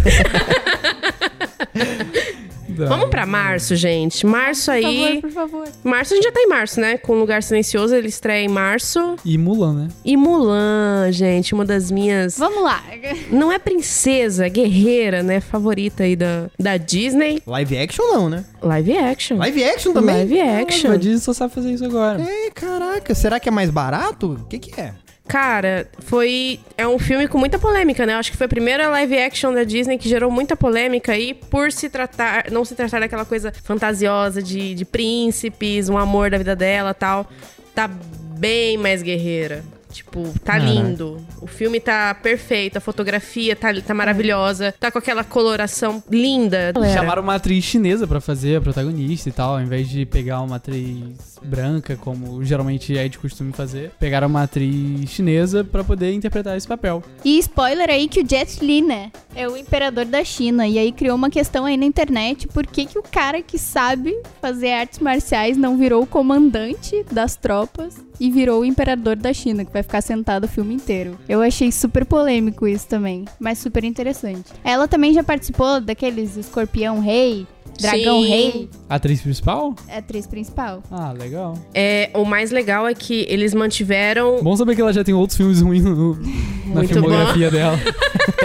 B: Tá.
C: Vamos pra março, gente. Março
A: Por
C: aí.
A: favor, por favor.
C: Março, a gente já tá em março, né? Com o Lugar Silencioso, ele estreia em março.
B: E Mulan, né?
C: E Mulan, gente, uma das minhas.
A: Vamos lá.
C: Não é princesa, é guerreira, né? Favorita aí da, da Disney.
D: Live action não, né?
C: Live action.
D: Live action também?
C: Live
B: Ah,
C: action.
B: A Disney só sabe fazer isso agora.
D: É, caraca, será que é mais barato? O que que é?
C: Cara, foi. É um filme com muita polêmica, né? Eu acho que foi a primeira live action da Disney que gerou muita polêmica aí por se tratar. Não se tratar daquela coisa fantasiosa de, de príncipes, um amor da vida dela tal. Tá bem mais guerreira. Tipo, tá
B: Caraca.
C: lindo. O filme tá perfeito, a fotografia tá, tá maravilhosa, tá com aquela coloração linda.
B: Chamaram uma atriz chinesa pra fazer a protagonista e tal, ao invés de pegar uma atriz branca, como geralmente é de costume fazer, pegaram uma atriz chinesa pra poder interpretar esse papel.
A: E spoiler aí que o Jet Li, né? É o imperador da China. E aí criou uma questão aí na internet. Por que, que o cara que sabe fazer artes marciais não virou o comandante das tropas e virou o imperador da China, que vai ficar sentado o filme inteiro? Eu achei super polêmico isso também, mas super interessante. Ela também já participou daqueles Escorpião Rei, Dragão
C: Sim.
A: Rei,
B: A atriz principal?
A: é a atriz principal.
B: Ah, legal.
C: É, o mais legal é que eles mantiveram
B: Bom saber que ela já tem outros filmes ruins no- na
C: Muito
B: filmografia dela.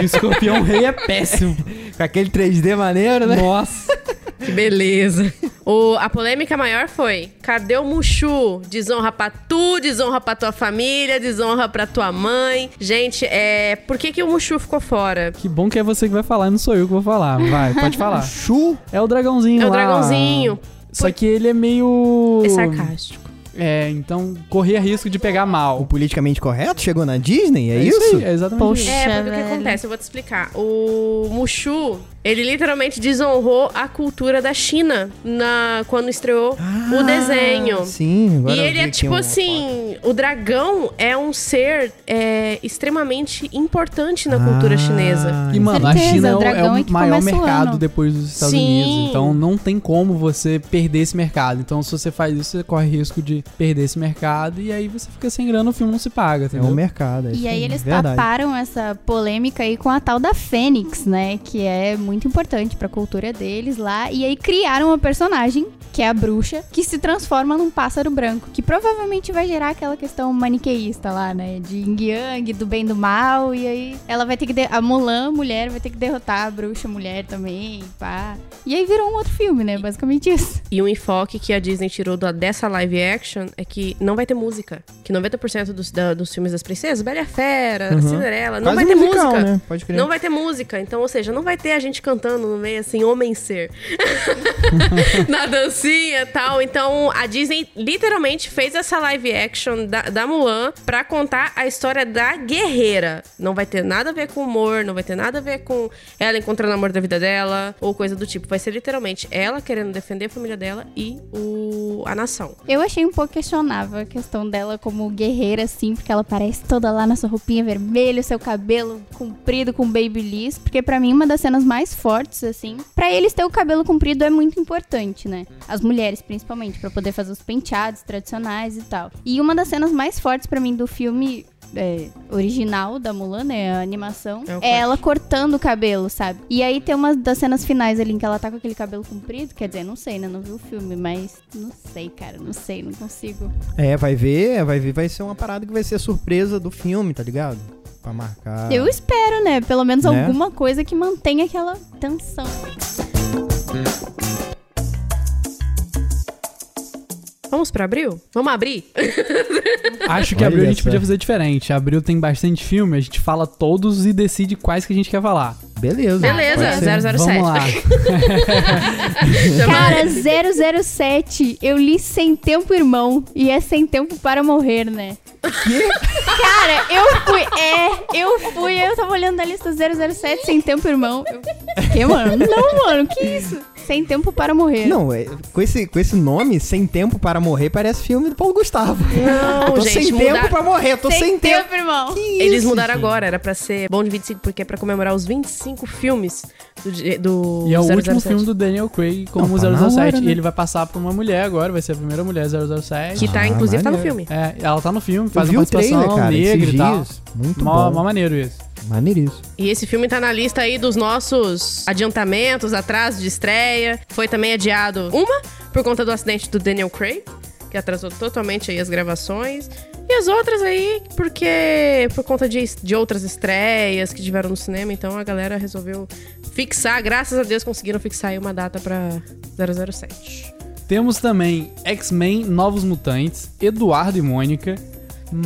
B: E o Escorpião Rei é péssimo.
D: Com aquele 3D maneiro, né?
B: Nossa.
C: Que beleza. O- a polêmica maior foi: cadê o Mushu? Desonra pra tu, desonra pra tua família, desonra pra tua mãe. Gente, é. Por que, que o Mushu ficou fora?
B: Que bom que é você que vai falar, não sou eu que vou falar. Vai, pode falar.
D: Chu.
B: É o dragãozinho
C: É o
B: lá.
C: dragãozinho.
B: Só que ele é meio...
C: É sarcástico.
B: É, então corria risco de pegar mal.
D: O politicamente correto chegou na Disney, é, isso?
B: aí, é exatamente
A: Poxa.
B: isso.
C: É, porque o que
A: velho.
C: acontece? Eu vou te explicar. O Mushu, ele literalmente desonrou a cultura da China na, quando estreou o desenho.
D: Sim, Ah. agora
C: E
D: eu
C: ele
D: vi
C: é
D: aqui um-
C: tipo
D: uma
C: assim: o dragão é um ser é, extremamente importante na
D: foto.
C: cultura
D: Ah,
C: chinesa.
B: E, mano, a
A: certeza,
B: China é
A: o
B: o, é
A: dragão
B: o
A: é que
B: maior
A: começa o
B: mercado
A: ano.
B: depois dos Estados
C: Sim.
B: Unidos. Então não tem como você perder esse mercado. Então se você faz isso, você corre risco de perder esse mercado e aí você fica sem grana, o filme não se paga,
D: é o
B: entendeu?
D: mercado. é isso
A: E aí eles
D: verdade.
A: taparam essa polêmica aí com a tal da Fênix, né? Que é muito importante pra cultura deles lá. E aí criaram uma personagem, que é a bruxa, que se transforma num pássaro branco. Que provavelmente vai gerar aquela questão maniqueísta lá, né? De yin yang, do bem e do mal. E aí ela vai ter que... de- A Mulan, mulher, vai ter que derrotar a bruxa, mulher também, pá. E aí virou um outro filme, né? Basicamente isso.
C: E um enfoque que a Disney tirou da- dessa live action é que não vai ter música. Que 90% dos, da- dos filmes das princesas, Bela e a Fera, Cinderela, não
D: Uhum. Quase
C: vai ter
D: musical,
C: música.
D: Né? Pode crer.
C: Não vai ter música. Então, ou seja, não vai ter a gente cantando no meio assim, homem ser. Na dancinha e tal. Então, a Disney literalmente fez essa live action da, da Mulan pra contar a história da guerreira. Não vai ter nada a ver com humor, não vai ter nada a ver com ela encontrando o amor da vida dela ou coisa do tipo. Vai ser literalmente ela querendo defender a família dela e o, a nação.
A: Eu achei um pouco questionável a questão dela como guerreira, assim, porque ela parece toda lá na sua roupinha vermelha, seu cabelo comprido com babyliss, porque pra mim uma das cenas mais fortes, assim, pra eles ter o cabelo comprido é muito importante, né? As mulheres, principalmente, pra poder fazer os penteados tradicionais e tal. E uma das cenas mais fortes pra mim do filme... é, original da Mulan, né? A animação.
C: É o
A: É ela cortando o cabelo, sabe? E aí tem uma das cenas finais ali em que ela tá com aquele cabelo comprido. Quer dizer, não sei, né? Não vi o filme, mas não sei, cara. Não sei, não consigo.
D: É, vai ver, vai ver, vai ser uma parada que vai ser surpresa do filme, tá ligado? Pra
C: Ah.
D: marcar.
A: Eu espero, né? Pelo menos
D: Né?
A: alguma coisa que mantenha aquela tensão.
C: Vamos pra abril? Vamos abrir?
B: Acho que
D: Olha
B: abril a gente
D: só.
B: podia fazer diferente. Abril tem bastante filme, a gente fala todos e decide quais que a gente quer falar.
D: Beleza.
C: Beleza,
A: É
D: pode ser.
C: 007.
B: Vamos lá.
A: Cara, 007, eu li Sem Tempo Irmão. E é Sem Tempo é para Morrer, né?
D: quê?
A: Cara, eu fui, é, eu fui, eu tava olhando na lista 007, Sem Tempo, Irmão. Eu, que, mano? Não, mano, que isso? Sem Tempo para Morrer.
D: Não, é, com, esse, com esse nome, Sem Tempo para Morrer, parece filme do Paulo Gustavo.
C: Não,
D: Eu tô
C: gente,
D: sem
C: mudaram-
D: tempo pra morrer, eu tô sem, tempo.
A: Irmão.
D: Que
C: Eles
D: isso,
C: mudaram
D: gente?
C: agora, era pra ser Bom de 25, porque é pra comemorar os 25 filmes do, di- do
B: E é o
C: 007.
B: último filme do Daniel Craig como
D: Não, tá na
B: 007.
D: hora, né?
B: E ele vai passar pra uma mulher agora, vai ser a primeira mulher 007.
C: Que tá,
D: Ah,
C: inclusive, tá no
D: maneiro.
C: filme.
B: É, ela tá no filme,
D: Eu
B: faz
D: vi
B: uma
D: o trailer,
B: participação
D: cara,
B: negra
D: esses
B: e tal.
D: dias. Muito
B: Mó,
D: bom.
B: mó maneiro isso.
D: Maneiríssimo.
C: E esse filme tá na lista aí dos nossos adiantamentos, atrasos de estreia. Foi também adiado uma por conta do acidente do Daniel Craig, que atrasou totalmente aí as gravações. E as outras aí, porque por conta de, de outras estreias que tiveram no cinema, então a galera resolveu fixar, graças a Deus conseguiram fixar aí uma data pra 007.
B: Temos também X-Men Novos Mutantes, Eduardo e Mônica,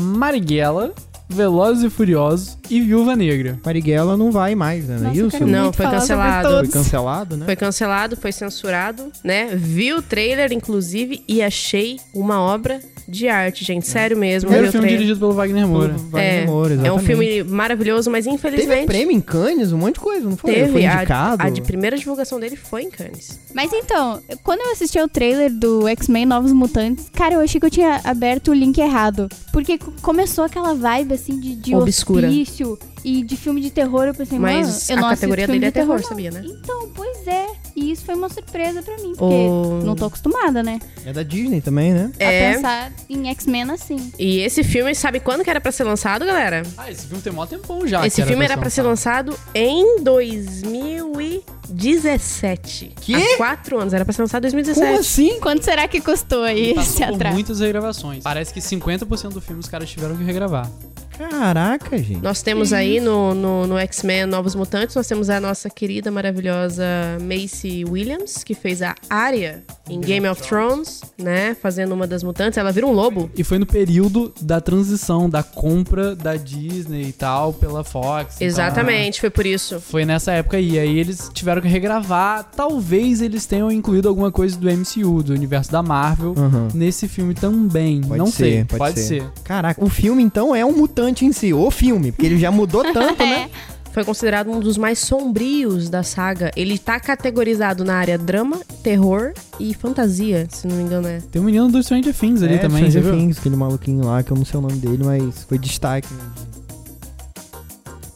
B: Marighella, Velozes e Furiosos e Viúva Negra.
D: Marighella não vai mais, né? Não é
A: Nossa, eu
D: isso?
A: quero
C: Não,
A: muito
C: foi
A: falar sobre
C: cancelado.
A: todos.
D: Foi cancelado, né?
C: Foi cancelado, foi censurado, né? Vi o trailer, inclusive, e achei uma obra de arte,
D: É.
C: gente. Sério mesmo.
B: Primeiro
C: vi o
B: filme
C: trailer.
B: dirigido pelo Wagner Moura.
D: Wagner
C: é,
D: Moura,
C: é um
D: exatamente.
C: filme maravilhoso, mas
D: Teve
C: infelizmente.
D: prêmio em Cannes, um monte de coisa, não foi?
C: teve.
D: foi
C: A-
D: indicado.
C: A, de primeira divulgação dele foi em Cannes.
A: Mas então, quando eu assisti ao trailer do X-Men Novos Mutantes, cara, eu achei que eu tinha aberto o link errado. Porque c- começou aquela vibe, assim, de, de
C: Obscura.
A: hospício e de filme de terror. Eu pensei, mano,
C: Mas
A: eu
C: a
A: não assisto
C: categoria
A: filme
C: dele é
A: de terror,
C: terror, sabia, né?
A: não. Então, pois é. E isso foi uma surpresa pra mim, porque
C: O-
A: não tô acostumada, né?
D: É da Disney também, né?
C: É.
A: A pensar em X-Men assim.
C: E esse filme, sabe quando que era pra ser lançado, galera?
B: Ah, esse filme tem mó tempão
D: Ah,
B: já.
C: esse
B: que
C: filme era pra
B: versão,
C: ser lançado em 2017.
D: Quê?
C: Há quatro anos. Era pra ser lançado em 2017.
D: Como assim?
A: Quanto será que custou aí
B: tá?
A: esse
B: Passou por
A: atraso?
B: muitas regravações. Parece que 50% do filme os caras tiveram que regravar.
D: Caraca, gente.
C: Nós temos aí no, no, no X-Men Novos Mutantes, nós temos a nossa querida, maravilhosa Macy Williams, que fez a Arya em Game of Thrones, né? Fazendo uma das mutantes. Ela vira um lobo.
B: E foi no período da transição, da compra da Disney e tal pela Fox. então,
C: Exatamente, foi por isso.
B: Foi nessa época aí. Aí eles tiveram que regravar. Talvez eles tenham incluído alguma coisa do MCU, do universo da Marvel,
D: Aham.
B: nesse filme também.
D: Pode
B: Não sei.
D: ser, pode ser.
B: ser.
D: Caraca, o filme então é um mutante em si, o filme, porque ele já mudou tanto, né?
C: Foi considerado um dos mais sombrios da saga. Ele tá categorizado na área drama, terror e fantasia, se não me engano, é.
B: Tem o menino do Stranger Things ali
D: é,
B: também, você
D: Stranger
B: viu?
D: Things, aquele maluquinho lá, que eu não sei o nome dele, mas foi destaque. né?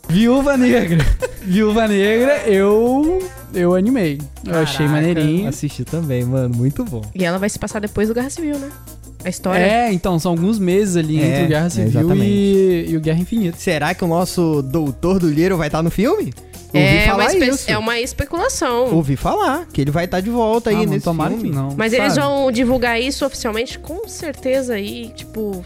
B: Viúva Negra. Viúva Negra, eu. Eu animei. Eu achei
D: Caraca,
B: maneirinho.
D: Assisti também, mano, muito bom.
C: E ela vai se passar depois do Guerra Civil, né? A história.
B: É, então, são alguns meses ali
D: É,
B: entre o Guerra
D: é,
B: Civil
D: exatamente.
B: e, e o Guerra Infinita.
D: Será que o nosso doutor do Liro vai estar no filme?
C: É
D: Ouvi
C: uma,
D: falar
C: espe-
D: isso.
C: é uma especulação.
D: Ouvi falar que ele vai estar de volta aí
B: Ah, mano,
D: nesse
B: tomara
D: filme.
B: que não.
C: Mas
B: sabe?
C: eles vão divulgar isso oficialmente com certeza aí, tipo,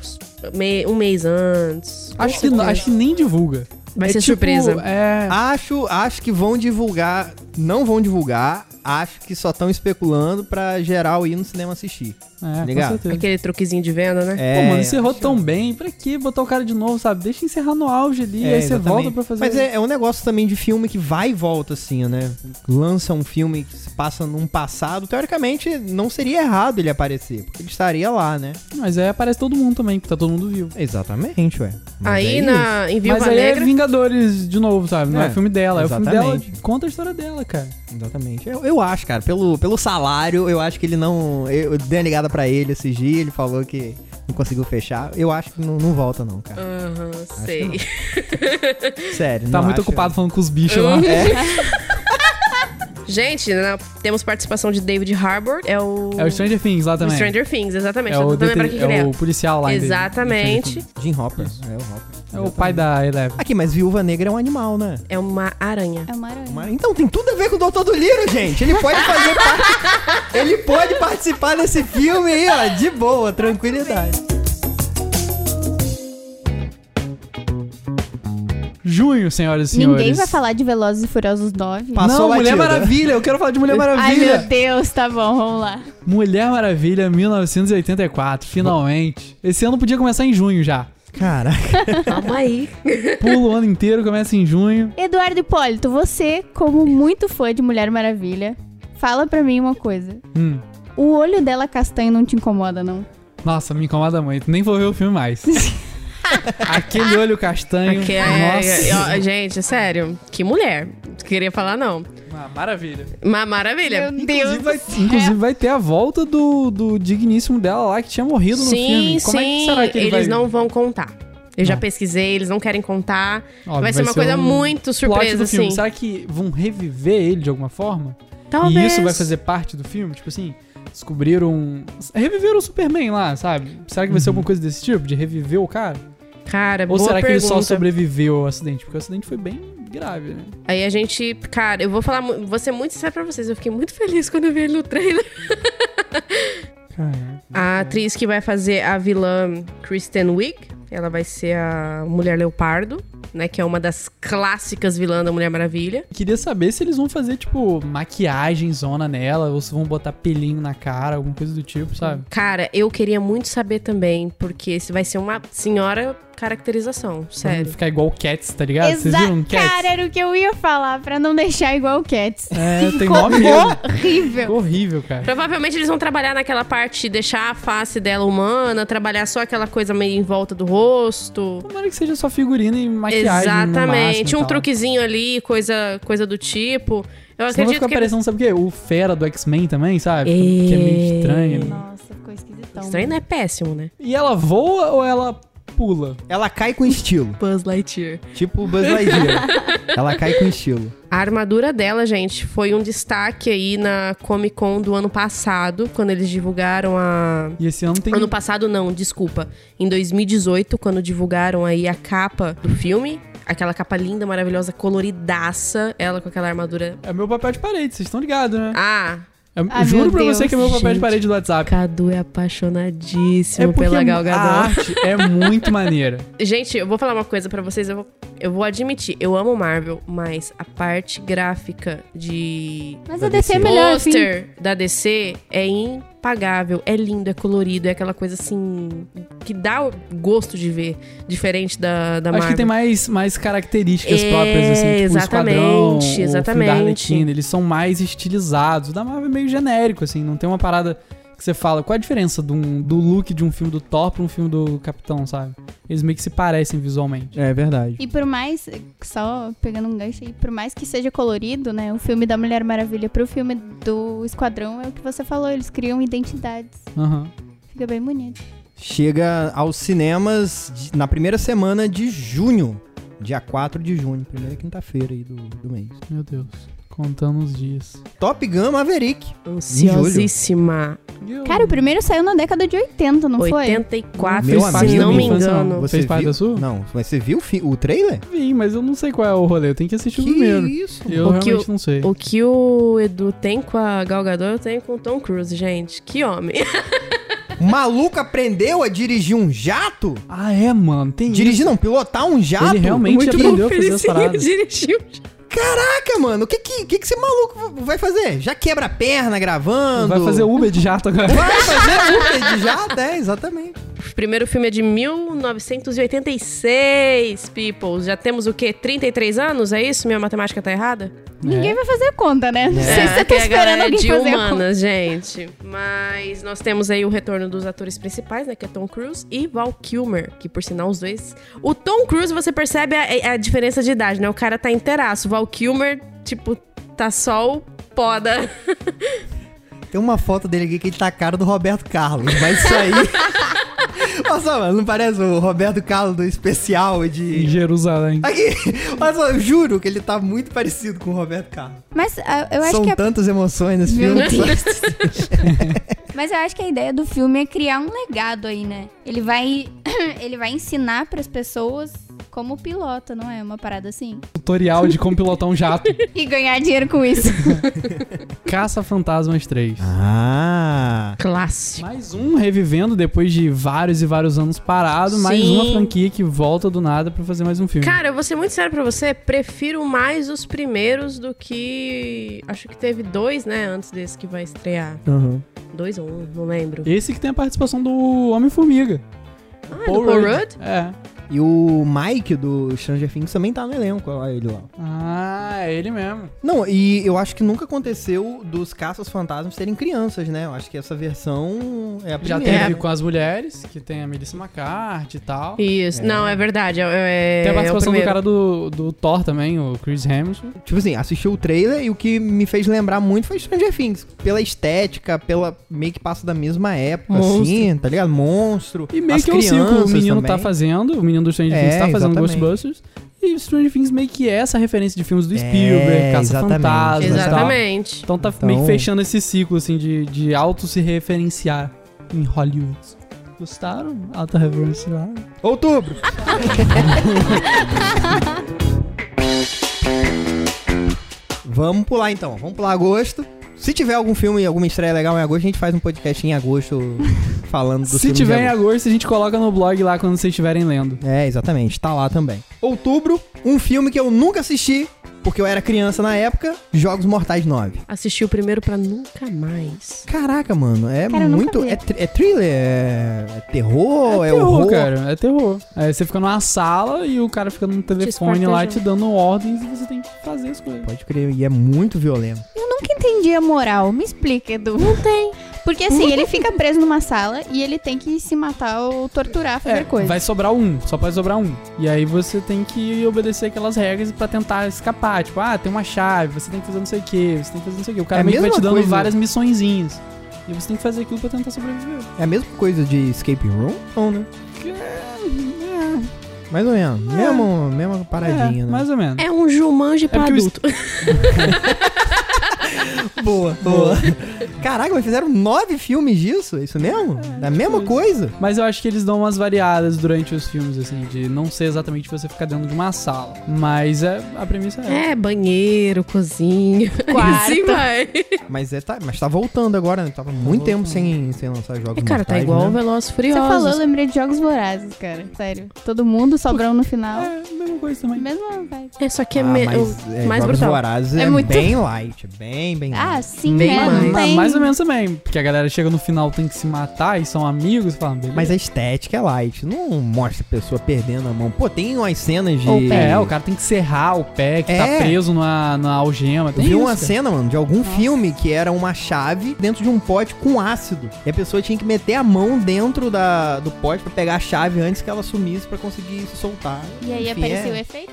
C: me- um mês antes. Com
B: Acho que,
C: certeza.
B: acho que nem divulga.
C: Vai
B: É
C: ser
B: tipo,
C: surpresa.
B: É.
D: Acho, acho que vão divulgar, não vão divulgar, acho que só estão especulando pra geral ir no cinema assistir.
B: é
D: Legal.
B: com certeza.
C: Aquele truquezinho de venda, né?
D: É,
B: Pô, mano, encerrou tão bem, pra que botar o cara de novo, sabe? Deixa encerrar no auge ali, aí você
D: É, exatamente.
B: volta pra fazer.
D: Mas é, é um negócio também de filme que vai e volta, assim, né? Lança um filme que se passa num passado. Teoricamente, não seria errado ele aparecer, porque ele estaria lá, né?
B: Mas aí aparece todo mundo também, porque tá todo mundo vivo.
D: Exatamente, ué. Mas
C: Aí
D: é isso.
C: na, em Viúva
B: Mas aí
C: Negra.
B: é Vingadores de novo, sabe? Não é,
D: É,
B: filme dela, é o filme
D: exatamente.
B: dela, conta a história dela, cara.
D: Exatamente. Eu, eu acho, cara, pelo, pelo salário, eu acho que ele não. Eu, eu dei uma ligada pra ele esses dias, ele falou que não conseguiu fechar. Eu acho que não, não volta, não, cara.
C: Aham, sei.
D: que Sério,
B: Tá
D: não
B: muito
D: acho.
B: ocupado falando com os bichos lá. É
C: Gente, na- temos participação de David Harbour. É o.
B: É o Stranger Things lá
C: o
B: também.
C: Stranger Things, exatamente.
B: é
C: Tô
B: o,
C: tentando lembrar
B: deten-
C: quem que ele
B: é
C: é.
B: o policial lá. em David-
C: Exatamente.
D: Jim Hopper. É o Hopper.
B: É o pai da Eleven.
D: Aqui, mas viúva negra é um animal, né?
C: É uma aranha.
A: É uma aranha.
D: Uma- Então tem tudo a ver com o Doutor do Liro, gente. Ele pode fazer parte. Ele pode participar desse filme aí, ó, de boa, tranquilidade.
B: Junho, senhoras e senhores.
A: Ninguém vai falar de Velozes e Furiosos 9.
D: Passa-
B: Não,
D: Passou né?
B: Mulher
D: batida.
B: Maravilha, eu quero falar de Mulher
A: Ai,
B: Maravilha.
A: meu Deus, tá bom, vamos lá.
B: Mulher Maravilha 1984, finalmente. Esse ano podia começar em junho já.
D: Caraca.
C: Calma aí.
B: Pula o ano inteiro, começa em junho.
A: Eduardo Hipólito, você, como muito fã de Mulher Maravilha, fala pra mim uma coisa.
B: Hum.
A: O olho dela castanho não te incomoda, não?
B: Nossa, me incomoda muito. Nem vou ver o filme mais. Aquele olho castanho.
C: Que é-
B: nossa.
C: ó, gente, sério, que mulher. Queria falar não.
B: Uma maravilha.
C: Mas maravilha.
A: Meu Deus.
B: Inclusive vai, inclusive vai ter a volta do, do digníssimo dela lá que tinha morrido no
C: Sim,
B: filme. Como é que
C: sim,
B: será que ele
C: eles
B: vai...
C: não vão contar. Eu já
B: Não.
C: pesquisei, eles não querem contar.
B: Óbvio,
C: vai ser uma coisa
B: um
C: muito
B: plot
C: surpresa,
B: do filme.
C: assim.
B: Será que vão reviver ele de alguma forma?
C: Talvez.
B: E isso vai fazer parte do filme? Tipo assim, descobriram. um- Reviveram o Superman lá, sabe? Será que vai ser alguma coisa desse tipo? De reviver o cara?
C: Cara,
B: Ou
C: Uhum. É boa
B: será que ele só
C: pergunta.
B: sobreviveu ao acidente? Porque o acidente foi bem grave, né?
C: Aí a gente, cara, eu vou falar, mu- vou ser muito sincera pra vocês, eu fiquei muito feliz quando eu vi ele no trailer.
B: Cara.
C: A atriz que vai fazer a vilã Kristen Wiig, ela vai ser a Mulher Leopardo, né, que é uma das clássicas vilãs da Mulher Maravilha.
B: Queria saber se eles vão fazer, tipo, maquiagem zona nela, ou se vão botar pelinho na cara, alguma coisa do tipo, sabe?
C: Cara, eu queria muito saber também, porque esse vai ser uma senhora
B: Pra
C: caracterização,
B: não
C: sério. é
B: ficar igual o Cats, tá ligado? Vocês
A: É, Exa-
B: viram Cats?
A: Cara, era o que eu ia falar, pra não deixar igual o Cats.
B: É, tem
A: Ficou
B: mó medo.
A: horrível.
B: Ficou horrível, cara.
C: Provavelmente eles vão trabalhar naquela parte, deixar a face dela humana, trabalhar só aquela coisa meio em volta do rosto.
B: Tomara que seja só figurina e maquiagem. no máximo e
C: Exatamente. Um
B: tal.
C: truquezinho ali, coisa, coisa do tipo. Eu
B: Senão vai
C: acredito
B: ficar
C: que.
B: parecendo, sabe o quê? O Fera do X-Men também, sabe? Que é meio
C: É.
B: estranho.
A: Nossa, ficou esquisitão.
C: Estranho não é péssimo, né?
B: E ela voa ou ela pula?
D: Ela cai com estilo.
C: Buzz Lightyear.
D: Tipo Buzz Lightyear. Ela cai com estilo.
C: A armadura dela, gente, foi um destaque aí na Comic Con do ano passado, quando eles divulgaram a.
B: E esse ano tem. um
C: Ano passado não, desculpa. Em 2018, quando divulgaram aí a capa do filme, aquela capa linda, maravilhosa, coloridaça, ela com aquela armadura.
B: É meu papel de parede, vocês estão ligados, né?
C: Ah,
B: Eu
A: Ai,
B: juro
A: meu
B: pra
A: Deus,
B: você que é meu papel de
C: gente.
B: parede do WhatsApp.
C: Cadu é
B: É
C: apaixonadíssimo
B: porque é Ah.
C: pela Gal
B: a
C: Gadot.
B: arte é muito maneira.
C: Gente, eu vou falar uma coisa pra vocês, eu vou, eu vou admitir, eu amo Marvel, mas a parte gráfica de
A: Mas
D: Da
A: a DC é
D: DC.
A: melhor, enfim.
C: poster da DC é impagável, é lindo, é colorido, é aquela coisa assim que dá o gosto de ver, diferente da, da
B: Acho
C: Marvel.
B: que tem mais, mais características
C: É,
B: próprias, assim, tipo
C: exatamente,
B: o Esquadrão, o filme
C: exatamente.
B: da Arlequina, eles são mais estilizados. O da Marvel é meio genérico, assim, não tem uma parada que você fala, qual a diferença de um- do look de um filme do Thor pra um filme do Capitão, sabe? Eles meio que se parecem visualmente.
D: É verdade.
A: assim. E por mais, só pegando um gancho aí, por mais que seja colorido, né? O filme da Mulher Maravilha pro filme do Esquadrão é o que você falou, eles criam identidades.
B: Aham.
A: Fica bem bonito.
D: Chega aos cinemas de- na primeira semana de junho. Dia 4 de junho, primeira quinta-feira aí do, do mês.
B: Meu Deus. Contando os dias.
D: Top Gun Maverick.
C: Ansiosíssima.
A: Cara, o primeiro saiu na década de 80, não foi?
C: 84,
D: Meu
C: se
D: amigo,
C: não me
B: infância,
C: engano.
B: Fez parte da sua?
D: Não, mas você viu o, fi- o trailer?
B: Sim, mas eu não sei qual é o rolê, eu tenho que assistir o primeiro.
D: isso?
B: Eu
C: O que
B: realmente não sei.
C: O que o Edu tem com a Gal Gadot, eu tenho com o Tom Cruise, gente. Que homem.
D: O maluco aprendeu a dirigir um jato?
B: Ah, é, mano, tem
D: Dirigir não, pilotar um jato?
B: Ele realmente
D: Que-
B: aprendeu a fazer as
C: Felicinho
B: paradas.
C: dirigiu.
D: Caraca, mano, o que que, que que esse maluco vai fazer? Já quebra a perna gravando?
B: Vai fazer um- Uber de jato agora.
D: Vai fazer um Uber de jato? É, exatamente.
C: O primeiro filme é de 1986, people. Já temos o quê? 33 anos? É isso? Minha matemática tá errada?
A: Ninguém vai fazer a conta, né? Não sei se
C: é,
A: você
C: que
A: tá
C: a
A: esperando
C: galera é
A: alguém
C: de
A: fazer a conta.
C: humanas, gente. Mas nós temos aí o retorno dos atores principais, né? Que é Tom Cruise e Val Kilmer. Que, por sinal, os dois... O Tom Cruise, você percebe a, a diferença de idade, né? O cara tá inteiraço. O Val Kilmer, tipo, tá só o poda.
D: Tem uma foto dele aqui que ele tá a cara do Roberto Carlos, mas isso aí. Nossa, mano, não parece o Roberto Carlos do especial
B: Em
D: de.
B: Jerusalém.
D: Aqui! Olha só, eu juro que ele tá muito parecido com o Roberto Carlos.
A: Mas ah, eu acho
D: São
A: que a
D: tantas emoções nesse
A: Meu
D: filme.
A: Mas eu acho que a ideia do filme é criar um legado aí, né? Ele vai ele vai ensinar pras pessoas como pilota, não é? Uma parada assim.
B: Tutorial de como pilotar um jato.
A: E ganhar dinheiro com isso.
B: Caça Fantasmas 3.
D: Ah!
C: Clássico.
B: Mais um revivendo depois de vários e vários anos parado. Mais
C: Sim.
B: uma franquia que volta do nada pra fazer mais um filme.
C: Cara, eu vou ser muito sério pra você. Prefiro mais os primeiros do que... Acho que teve dois, né? Antes desse que vai estrear. Dois ou um, não lembro.
B: Esse que tem a participação do Homem-Formiga.
C: Ah, do Paul Ah, Rudd?
B: É.
D: E o Mike do Stranger Things também tá no elenco, olha ele lá.
B: Ah, é ele mesmo.
D: Não, e eu acho que nunca aconteceu dos caças fantasmas serem crianças, né? Eu acho que essa versão é a
B: Já
D: primeira.
B: teve com as mulheres, que tem a Melissa McCarthy e tal.
C: Isso. Não, é verdade. É, é,
B: tem a
C: é o
B: participação do
C: primeiro.
B: cara do, do Thor também, o Chris Hemsworth.
D: Tipo assim, assisti o trailer e o que me fez lembrar muito foi Stranger Things. Pela estética, pela meio que passa da mesma época,
C: Monstro.
D: assim, tá ligado? Monstro.
B: E meio
D: as
B: que é o ciclo que o
D: crianças
B: menino
D: também.
B: tá fazendo, o menino do Stranger
D: É,
B: Things tá fazendo
D: exatamente.
B: Ghostbusters. E Stranger Things meio que é essa referência de filmes do
D: É,
B: Spielberg, Caça-Fantasmas e tal.
C: Exatamente.
B: Então tá
D: Então-
B: meio que fechando esse ciclo, assim, de, de auto se referenciar em Hollywood. Gostaram? Auto referenciar.
D: Outubro! Vamos pular então, vamos pular agosto. Se tiver algum filme, alguma estreia legal em agosto, a gente faz um podcast em agosto falando do
B: Se tiver em agosto, a gente coloca no blog lá quando vocês estiverem lendo.
D: É, exatamente, tá lá também. Outubro, um filme que eu nunca assisti, porque eu era criança na época, Jogos Mortais 9.
C: Assisti o primeiro pra nunca mais.
D: Caraca, mano, é
A: Cara, eu nunca
D: muito.
A: vi.
D: É, thr- é thriller? É, é terror? É,
B: terror,
D: horror?
B: cara. É terror. Aí você fica numa sala e o cara fica no telefone lá te
C: esquartejando.
B: dando ordens e você tem que fazer as coisas.
D: Pode crer, e é muito violento.
A: Eu nunca entendi a moral. Me explica, Edu. Não tem. Porque assim, ele fica preso numa sala e ele tem que se matar ou torturar, fazer
B: É,
A: coisa.
B: vai sobrar um, só pode sobrar um. E aí você tem que obedecer aquelas regras pra tentar escapar. Tipo, ah, tem uma chave, você tem que fazer não sei o que, você tem que fazer não sei o que. O cara
D: É a
B: meio que vai te
D: mesma
B: dando
D: coisa.
B: várias missõezinhas. E você tem que fazer aquilo pra tentar sobreviver.
D: É a mesma coisa de Escape Room? Não, né? É. Mais ou menos. Mesmo, mesma paradinha,
B: É,
D: né?
B: Mais ou menos.
C: É um Jumanji pra
B: porque o
C: adulto.
D: Boa, boa. Caraca, mas fizeram nove filmes disso? É isso mesmo? da mesma coisa?
B: Mas eu acho que eles dão umas variadas durante os filmes, assim, de não ser exatamente você ficar dentro de uma sala. Mas é, a premissa é.
C: É, banheiro, cozinha.
A: Quarto.
C: Assim vai.
D: Mas, é, tá, mas tá voltando agora, né? Tava muito tempo sem, sem lançar jogos.
C: É, cara, tá
D: mortais,
C: igual o
D: né?
C: Veloz
A: Você
C: Furioso.
A: falou, eu lembrei de Jogos Vorazes, cara. Sério. Todo mundo, sobrão no final.
B: É, a mesma coisa também.
A: Mesma vibe.
C: É, só que é,
D: Ah,
C: me-
D: mas,
C: o-
D: é,
C: mais
D: Jogos
C: brutal.
D: Vorazes é,
A: É muito-
D: bem light, bem, bem light.
A: Ah, sim,
C: Bem
A: é,
C: mais.
A: não
B: Ah,
A: tem.
B: mais ou menos também. Porque a galera chega no final, tem que se matar e são amigos. Falam, beleza.
D: Mas a estética é light, não mostra a pessoa perdendo a mão. Pô, tem umas cenas de.
A: Ou pé.
B: É, o cara tem que serrar o pé que
D: É.
B: tá preso na, na algema.
D: Eu
B: Tem
D: vi
B: isso,
D: uma
B: cara.
D: cena, mano, de algum filme que era uma chave dentro de um pote com ácido. E a pessoa tinha que meter a mão dentro da, do pote pra pegar a chave antes que ela sumisse pra conseguir se soltar.
A: E aí
D: Enfim,
A: apareceu o
D: é...
A: efeito?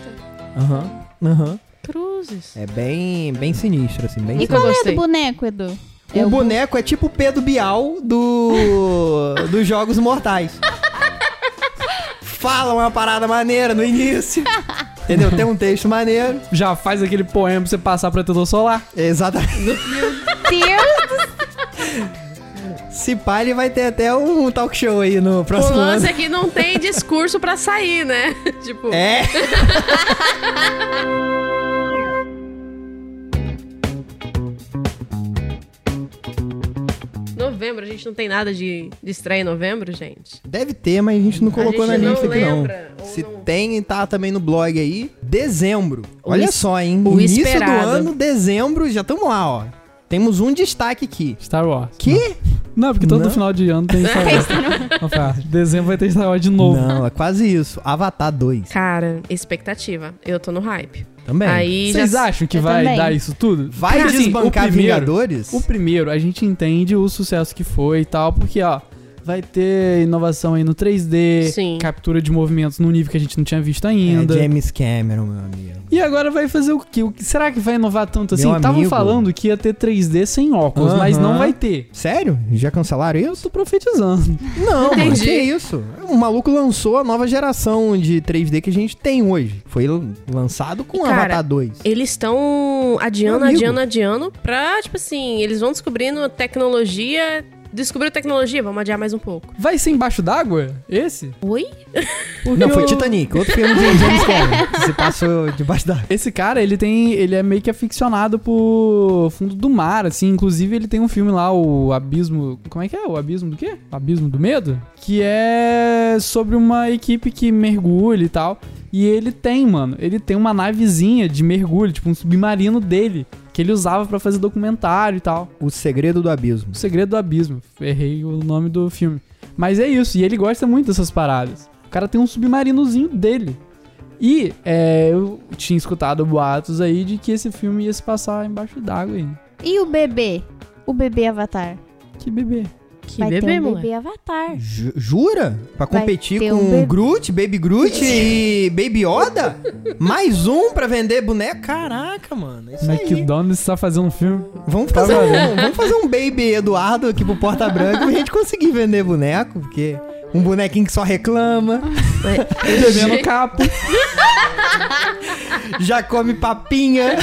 D: Aham, aham.
C: Cruzes.
D: É bem, bem sinistro, assim, bem
A: E
C: Nunca
A: qual é o do
C: gostei.
A: boneco, Edu?
D: O boneco é tipo o Pedro Bial do dos Jogos Mortais. Fala uma parada maneira no início. Entendeu? Tem um texto maneiro.
B: Já faz aquele poema pra você passar pra protetor solar.
D: Exatamente.
A: Deus!
D: Se pá, ele vai ter até um talk show aí no
C: O
D: próximo ano.
C: lance é que não tem discurso pra sair, né? Tipo,
D: É.
C: novembro, a gente não tem nada de, de estreia em novembro, gente.
D: Deve ter, mas a gente não colocou
C: gente
D: na
C: não
D: lista aqui não.
C: lembra, ou
D: Se
C: não-
D: tem, tá também no blog aí. Dezembro.
C: O
D: Olha
C: es-
D: só, hein?
C: o
D: Início do
C: esperado.
D: ano, dezembro, já estamos lá, ó. Temos um destaque aqui.
B: Star Wars.
D: Que?
B: Não, é porque todo
D: Não.
B: final de ano tem Star Wars. Não, cara, Dezembro vai ter Star Wars de novo.
D: Não, é quase isso. Avatar 2.
C: Cara, expectativa. Eu tô no hype.
D: Também.
C: Aí
B: Vocês
C: já.
B: acham que
A: Eu
B: vai
A: também.
B: dar isso tudo?
D: Vai
B: Porque, assim,
D: desbancar
B: o primeiro,
D: Vingadores?
B: O primeiro, a gente entende o sucesso que foi e tal, porque, ó, vai ter inovação aí no 3D,
C: Sim.
B: captura de movimentos num nível que a gente não tinha visto
D: É,
B: ainda.
D: James Cameron, meu amigo.
B: E agora vai fazer o quê? O que- Será que vai inovar tanto assim?
D: Meu
B: Estavam
D: amigo.
B: falando que ia ter 3D sem óculos, mas
D: Aham.
B: não vai ter.
D: Sério? Já cancelaram isso?
B: Tô profetizando.
D: Não, mano,
C: Entendi.
D: que isso? O maluco lançou a nova geração de 3D que a gente tem hoje. Foi lan- lançado com
C: E, cara,
D: Avatar 2.
C: Eles estão adiando,
D: Meu amigo.
C: adiando, adiando pra, tipo assim, eles vão descobrindo tecnologia. Descobriu tecnologia, vamos adiar mais um pouco.
B: Vai ser embaixo d'água? Esse?
C: Oi?
B: Porque
D: Não, foi
B: o-
D: Titanic, outro filme de James Cameron. que se passou debaixo da...
B: Esse cara, ele tem. Ele é meio que aficionado por fundo do mar, assim. Inclusive, ele tem um filme lá, o Abismo. Como é que é? O Abismo do quê? O Abismo do Medo? Que é sobre uma equipe que mergulha e tal. E ele tem, mano. Ele tem uma navezinha de mergulho, tipo um submarino dele. Que ele usava pra fazer documentário e tal.
D: O Segredo do Abismo.
B: O Segredo do Abismo. Errei o nome do filme. Mas é isso, e ele gosta muito dessas paradas. O cara tem um submarinozinho dele. E é, eu tinha escutado boatos aí de que esse filme ia se passar embaixo d'água aí.
A: E o bebê? O bebê Avatar.
B: Que bebê.
C: Que
A: Vai
C: bebê,
A: ter um
C: moleque.
A: bebê Avatar.
D: Ju- Jura? Pra
A: Vai
D: competir
A: ter
D: com
A: um bebê.
D: Groot, Baby Groot e Baby Yoda? Mais um pra vender boneco? Caraca, mano. Isso aí.
B: McDonald's tá fazendo um filme.
D: Vamos fazer, um, vamos fazer um Baby Eduardo aqui pro Porta Branca pra gente conseguir vender boneco, porque um bonequinho que só reclama,
B: Bebendo capo.
D: já come papinha.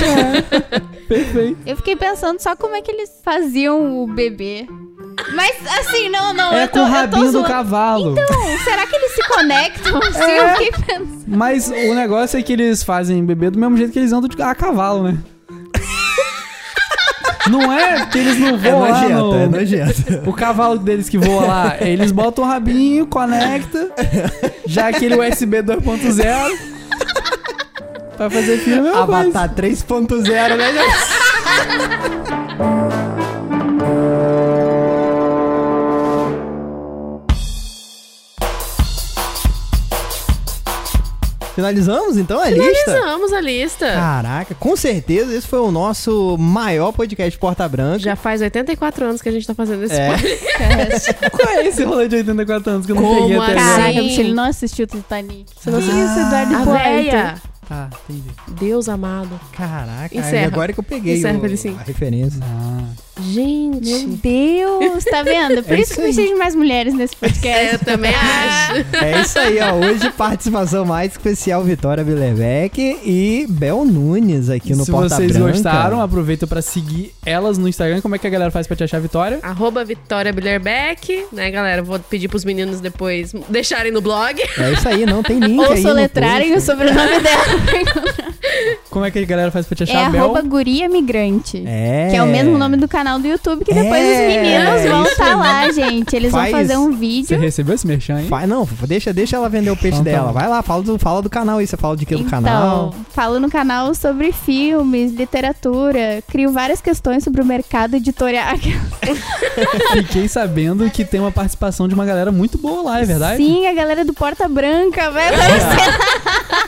B: Perfeito.
A: Eu fiquei pensando só como é que eles faziam o bebê. Mas assim, não, não.
B: É
A: eu tô,
B: com o
A: eu tô
B: rabinho do
A: zoando.
B: cavalo.
A: Então, será que eles se conectam? Sim, eu fiquei pensando.
B: Mas o negócio é que eles fazem bebê do mesmo jeito que eles andam de, a cavalo, né? não é que eles não
D: É
B: voam lá
D: nojento,
B: no...
D: é nojento.
B: O cavalo deles que voa lá, eles botam o rabinho, conecta, já aquele USB 2.0 pra fazer filme. é uma coisa.
D: Avatar 3.0, né? Finalizamos então a lista?
C: Finalizamos a lista.
D: Caraca, com certeza esse foi o nosso maior podcast Porta Branca.
C: Já faz 84 anos que a gente tá fazendo esse
D: É.
C: podcast.
B: Qual é esse rolê de 84 anos que eu não
C: Como
B: peguei até
C: assim?
B: agora?
A: Caraca, bicho, ele não assistiu o Titanic. Você não assistiu isso,
C: A
A: Eduardo Poeta?
C: véia.
D: Tá, Ah. entendi.
C: Deus amado.
D: Caraca,
C: Encerra.
D: aí agora que eu peguei
C: Encerra,
D: o-
C: Felicinho.
D: a referência.
A: Meu
C: Gente.
A: Deus, tá vendo? Por
D: É
A: isso
D: isso
A: que
D: aí.
A: precisa de mais mulheres nesse podcast.
C: É, eu também acho.
D: É isso aí, ó. Hoje participação mais especial Vitória Bilebeck e Bel Nunes aqui no
B: Se
D: Porta
B: vocês
D: Branca.
B: gostaram, aproveita pra seguir elas no Instagram. Como é que a galera faz pra te achar, Vitória?
C: Arroba Vitória Billerbeck, né, galera? Vou pedir pros meninos depois deixarem no blog.
D: É isso aí, não tem link
A: Ou
D: aí no
A: soletrarem o
D: post.
A: sobrenome dela.
B: Como é que a galera faz pra te
A: É
B: achar, Bel?
A: arroba guria migrante.
D: É.
A: Que é o mesmo nome do canal do YouTube, que depois
D: É,
A: os meninos vão
D: isso
A: estar lá, gente. Eles
D: Faz-
A: vão fazer um
B: Você
A: vídeo.
B: recebeu esse merchan, hein?
D: Vai, não, deixa, deixa ela vender o peixe
B: Então tá
D: dela.
B: bom.
D: Vai lá, fala do, fala do canal aí. Você fala de que do
A: então,
D: um canal?
A: falo no canal sobre filmes, literatura, crio várias questões sobre o mercado editorial.
B: Fiquei sabendo que tem uma participação de uma galera muito boa lá, é verdade?
A: Sim, a galera do Porta Branca vai aparecer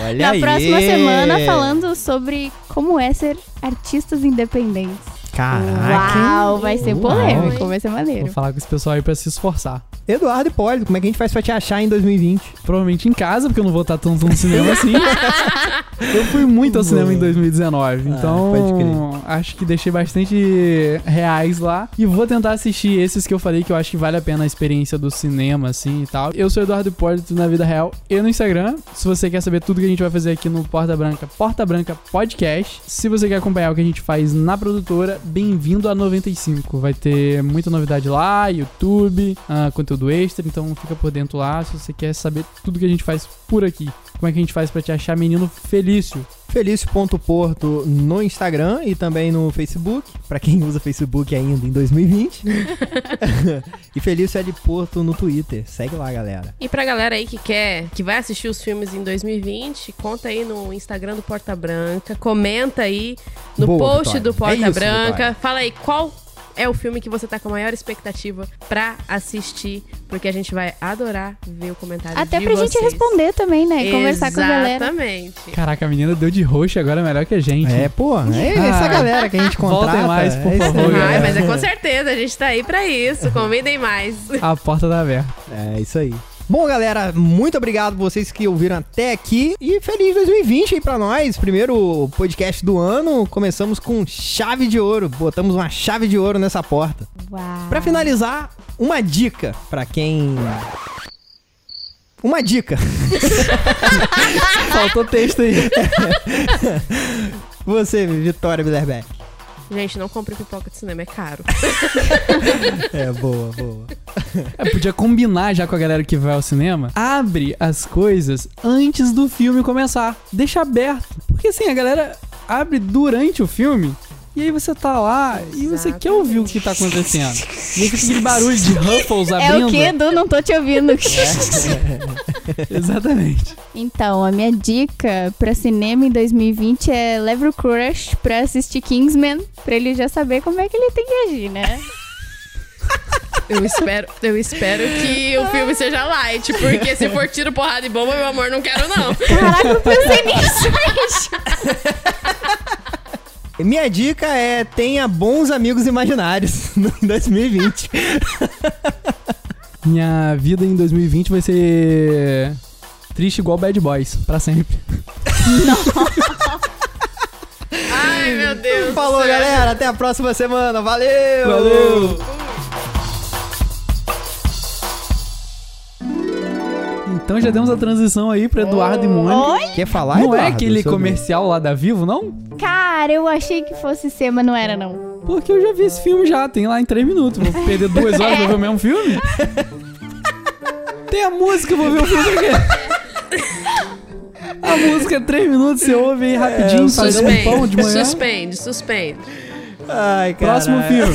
D: Olha
A: na
D: aí.
A: próxima semana falando sobre como é ser artistas independentes.
D: Caraca. hein?
A: Uau, vai ser
D: Ah, Uau.
A: polêmico, vai ser
B: Vou
A: maneiro.
B: falar com esse pessoal aí pra se esforçar.
D: Eduardo Hipólito, como é que a gente faz pra te achar em 2020?
B: Provavelmente em casa, porque eu não vou estar tanto no cinema assim. eu fui muito ao cinema em 2019,
D: Ah, pode
B: então
D: crer.
B: acho que deixei bastante reais lá. E vou tentar assistir esses que eu falei que eu acho que vale a pena a experiência do cinema, assim e tal. Eu sou Eduardo Hipólito na vida real e no Instagram. Se você quer saber tudo que a gente vai fazer aqui no Porta Branca, Porta Branca Podcast. Se você quer acompanhar o que a gente faz na produtora, bem-vindo a 95. Vai ter muita novidade lá, YouTube, ah, conteúdo extra, então fica por dentro lá se você quer saber tudo que a gente faz por aqui. Como é que a gente faz pra te achar, menino Felício?
D: Felício.porto no Instagram e também no Facebook, pra quem usa Facebook ainda em 2020. e Felício L. Porto no Twitter. Segue lá, galera.
C: E pra galera aí que quer, que vai assistir os filmes em 2020, conta aí no Instagram do Porta Branca, comenta aí no
D: Boa,
C: post
D: Vitória.
C: do Porta
D: É isso,
C: Branca,
D: Vitória.
C: fala aí qual é o filme que você tá com a maior expectativa pra assistir, porque a gente vai adorar ver o comentário
A: Até
C: de
A: pra
C: vocês.
A: gente responder também, né? Conversar com a galera.
C: Exatamente.
B: Caraca, a menina deu de roxo agora melhor que a gente.
D: É, pô, é essa
B: Ah.
D: galera que a gente
B: Voltem
D: contrata.
B: mais, por
D: é isso aí.
B: favor,
C: Ai,
B: galera.
C: mas é com certeza, a gente tá aí pra isso. Convidem mais.
B: A porta tá aberta.
D: É isso aí. Bom, galera, muito obrigado vocês que ouviram até aqui e feliz 2020 aí pra nós. Primeiro podcast do ano, começamos com chave de ouro, botamos uma chave de ouro nessa porta.
A: Uau.
D: Pra finalizar, uma dica pra quem uma dica.
B: Faltou texto aí.
D: Você, Vitória Bilderbeck.
C: Gente, não compre pipoca de cinema, é caro.
D: É boa, boa.
B: É, podia combinar já com a galera que vai ao cinema. Abre as coisas antes do filme começar. Deixa aberto. Porque assim, a galera abre durante o filme. E aí você tá lá e você quer ouvir o que tá acontecendo. E aí fica aquele barulho de Ruffles
A: É
B: abrindo.
A: o que, Edu? Não tô te ouvindo.
D: É.
B: Exatamente.
A: Então, a minha dica pra cinema em 2020 é leve o crush pra assistir Kingsman, pra ele já saber como é que ele tem que agir, né?
C: Eu espero, eu espero que o filme seja light, porque se for tiro, porrada e bomba, meu amor, não quero não.
A: Caraca, eu pensei nisso, gente.
D: Minha dica é tenha bons amigos imaginários em 2020.
B: Minha vida em 2020 vai ser triste igual Bad Boys, pra sempre.
C: Ai, meu Deus. do
D: Falou,
C: céu.
D: galera. Até a próxima semana.
B: Valeu. Então já demos a transição aí pra Eduardo e Mônica.
A: Oi?
D: Quer falar,
B: Não é
D: Eduardo,
B: aquele
D: sobre-
B: comercial lá da Vivo, não?
A: Cara, eu achei que fosse ser, mas não era, não.
B: Porque eu já vi esse filme já, tem lá em 3 minutos. Vou perder 2 horas pra ver o mesmo filme? Tem a música, vou ver o filme aqui. A música é 3 minutos, você ouve aí rapidinho, faz um pão de
C: Suspende,
B: manhã.
C: suspende, suspende.
D: Ai, cara.
B: Próximo filme.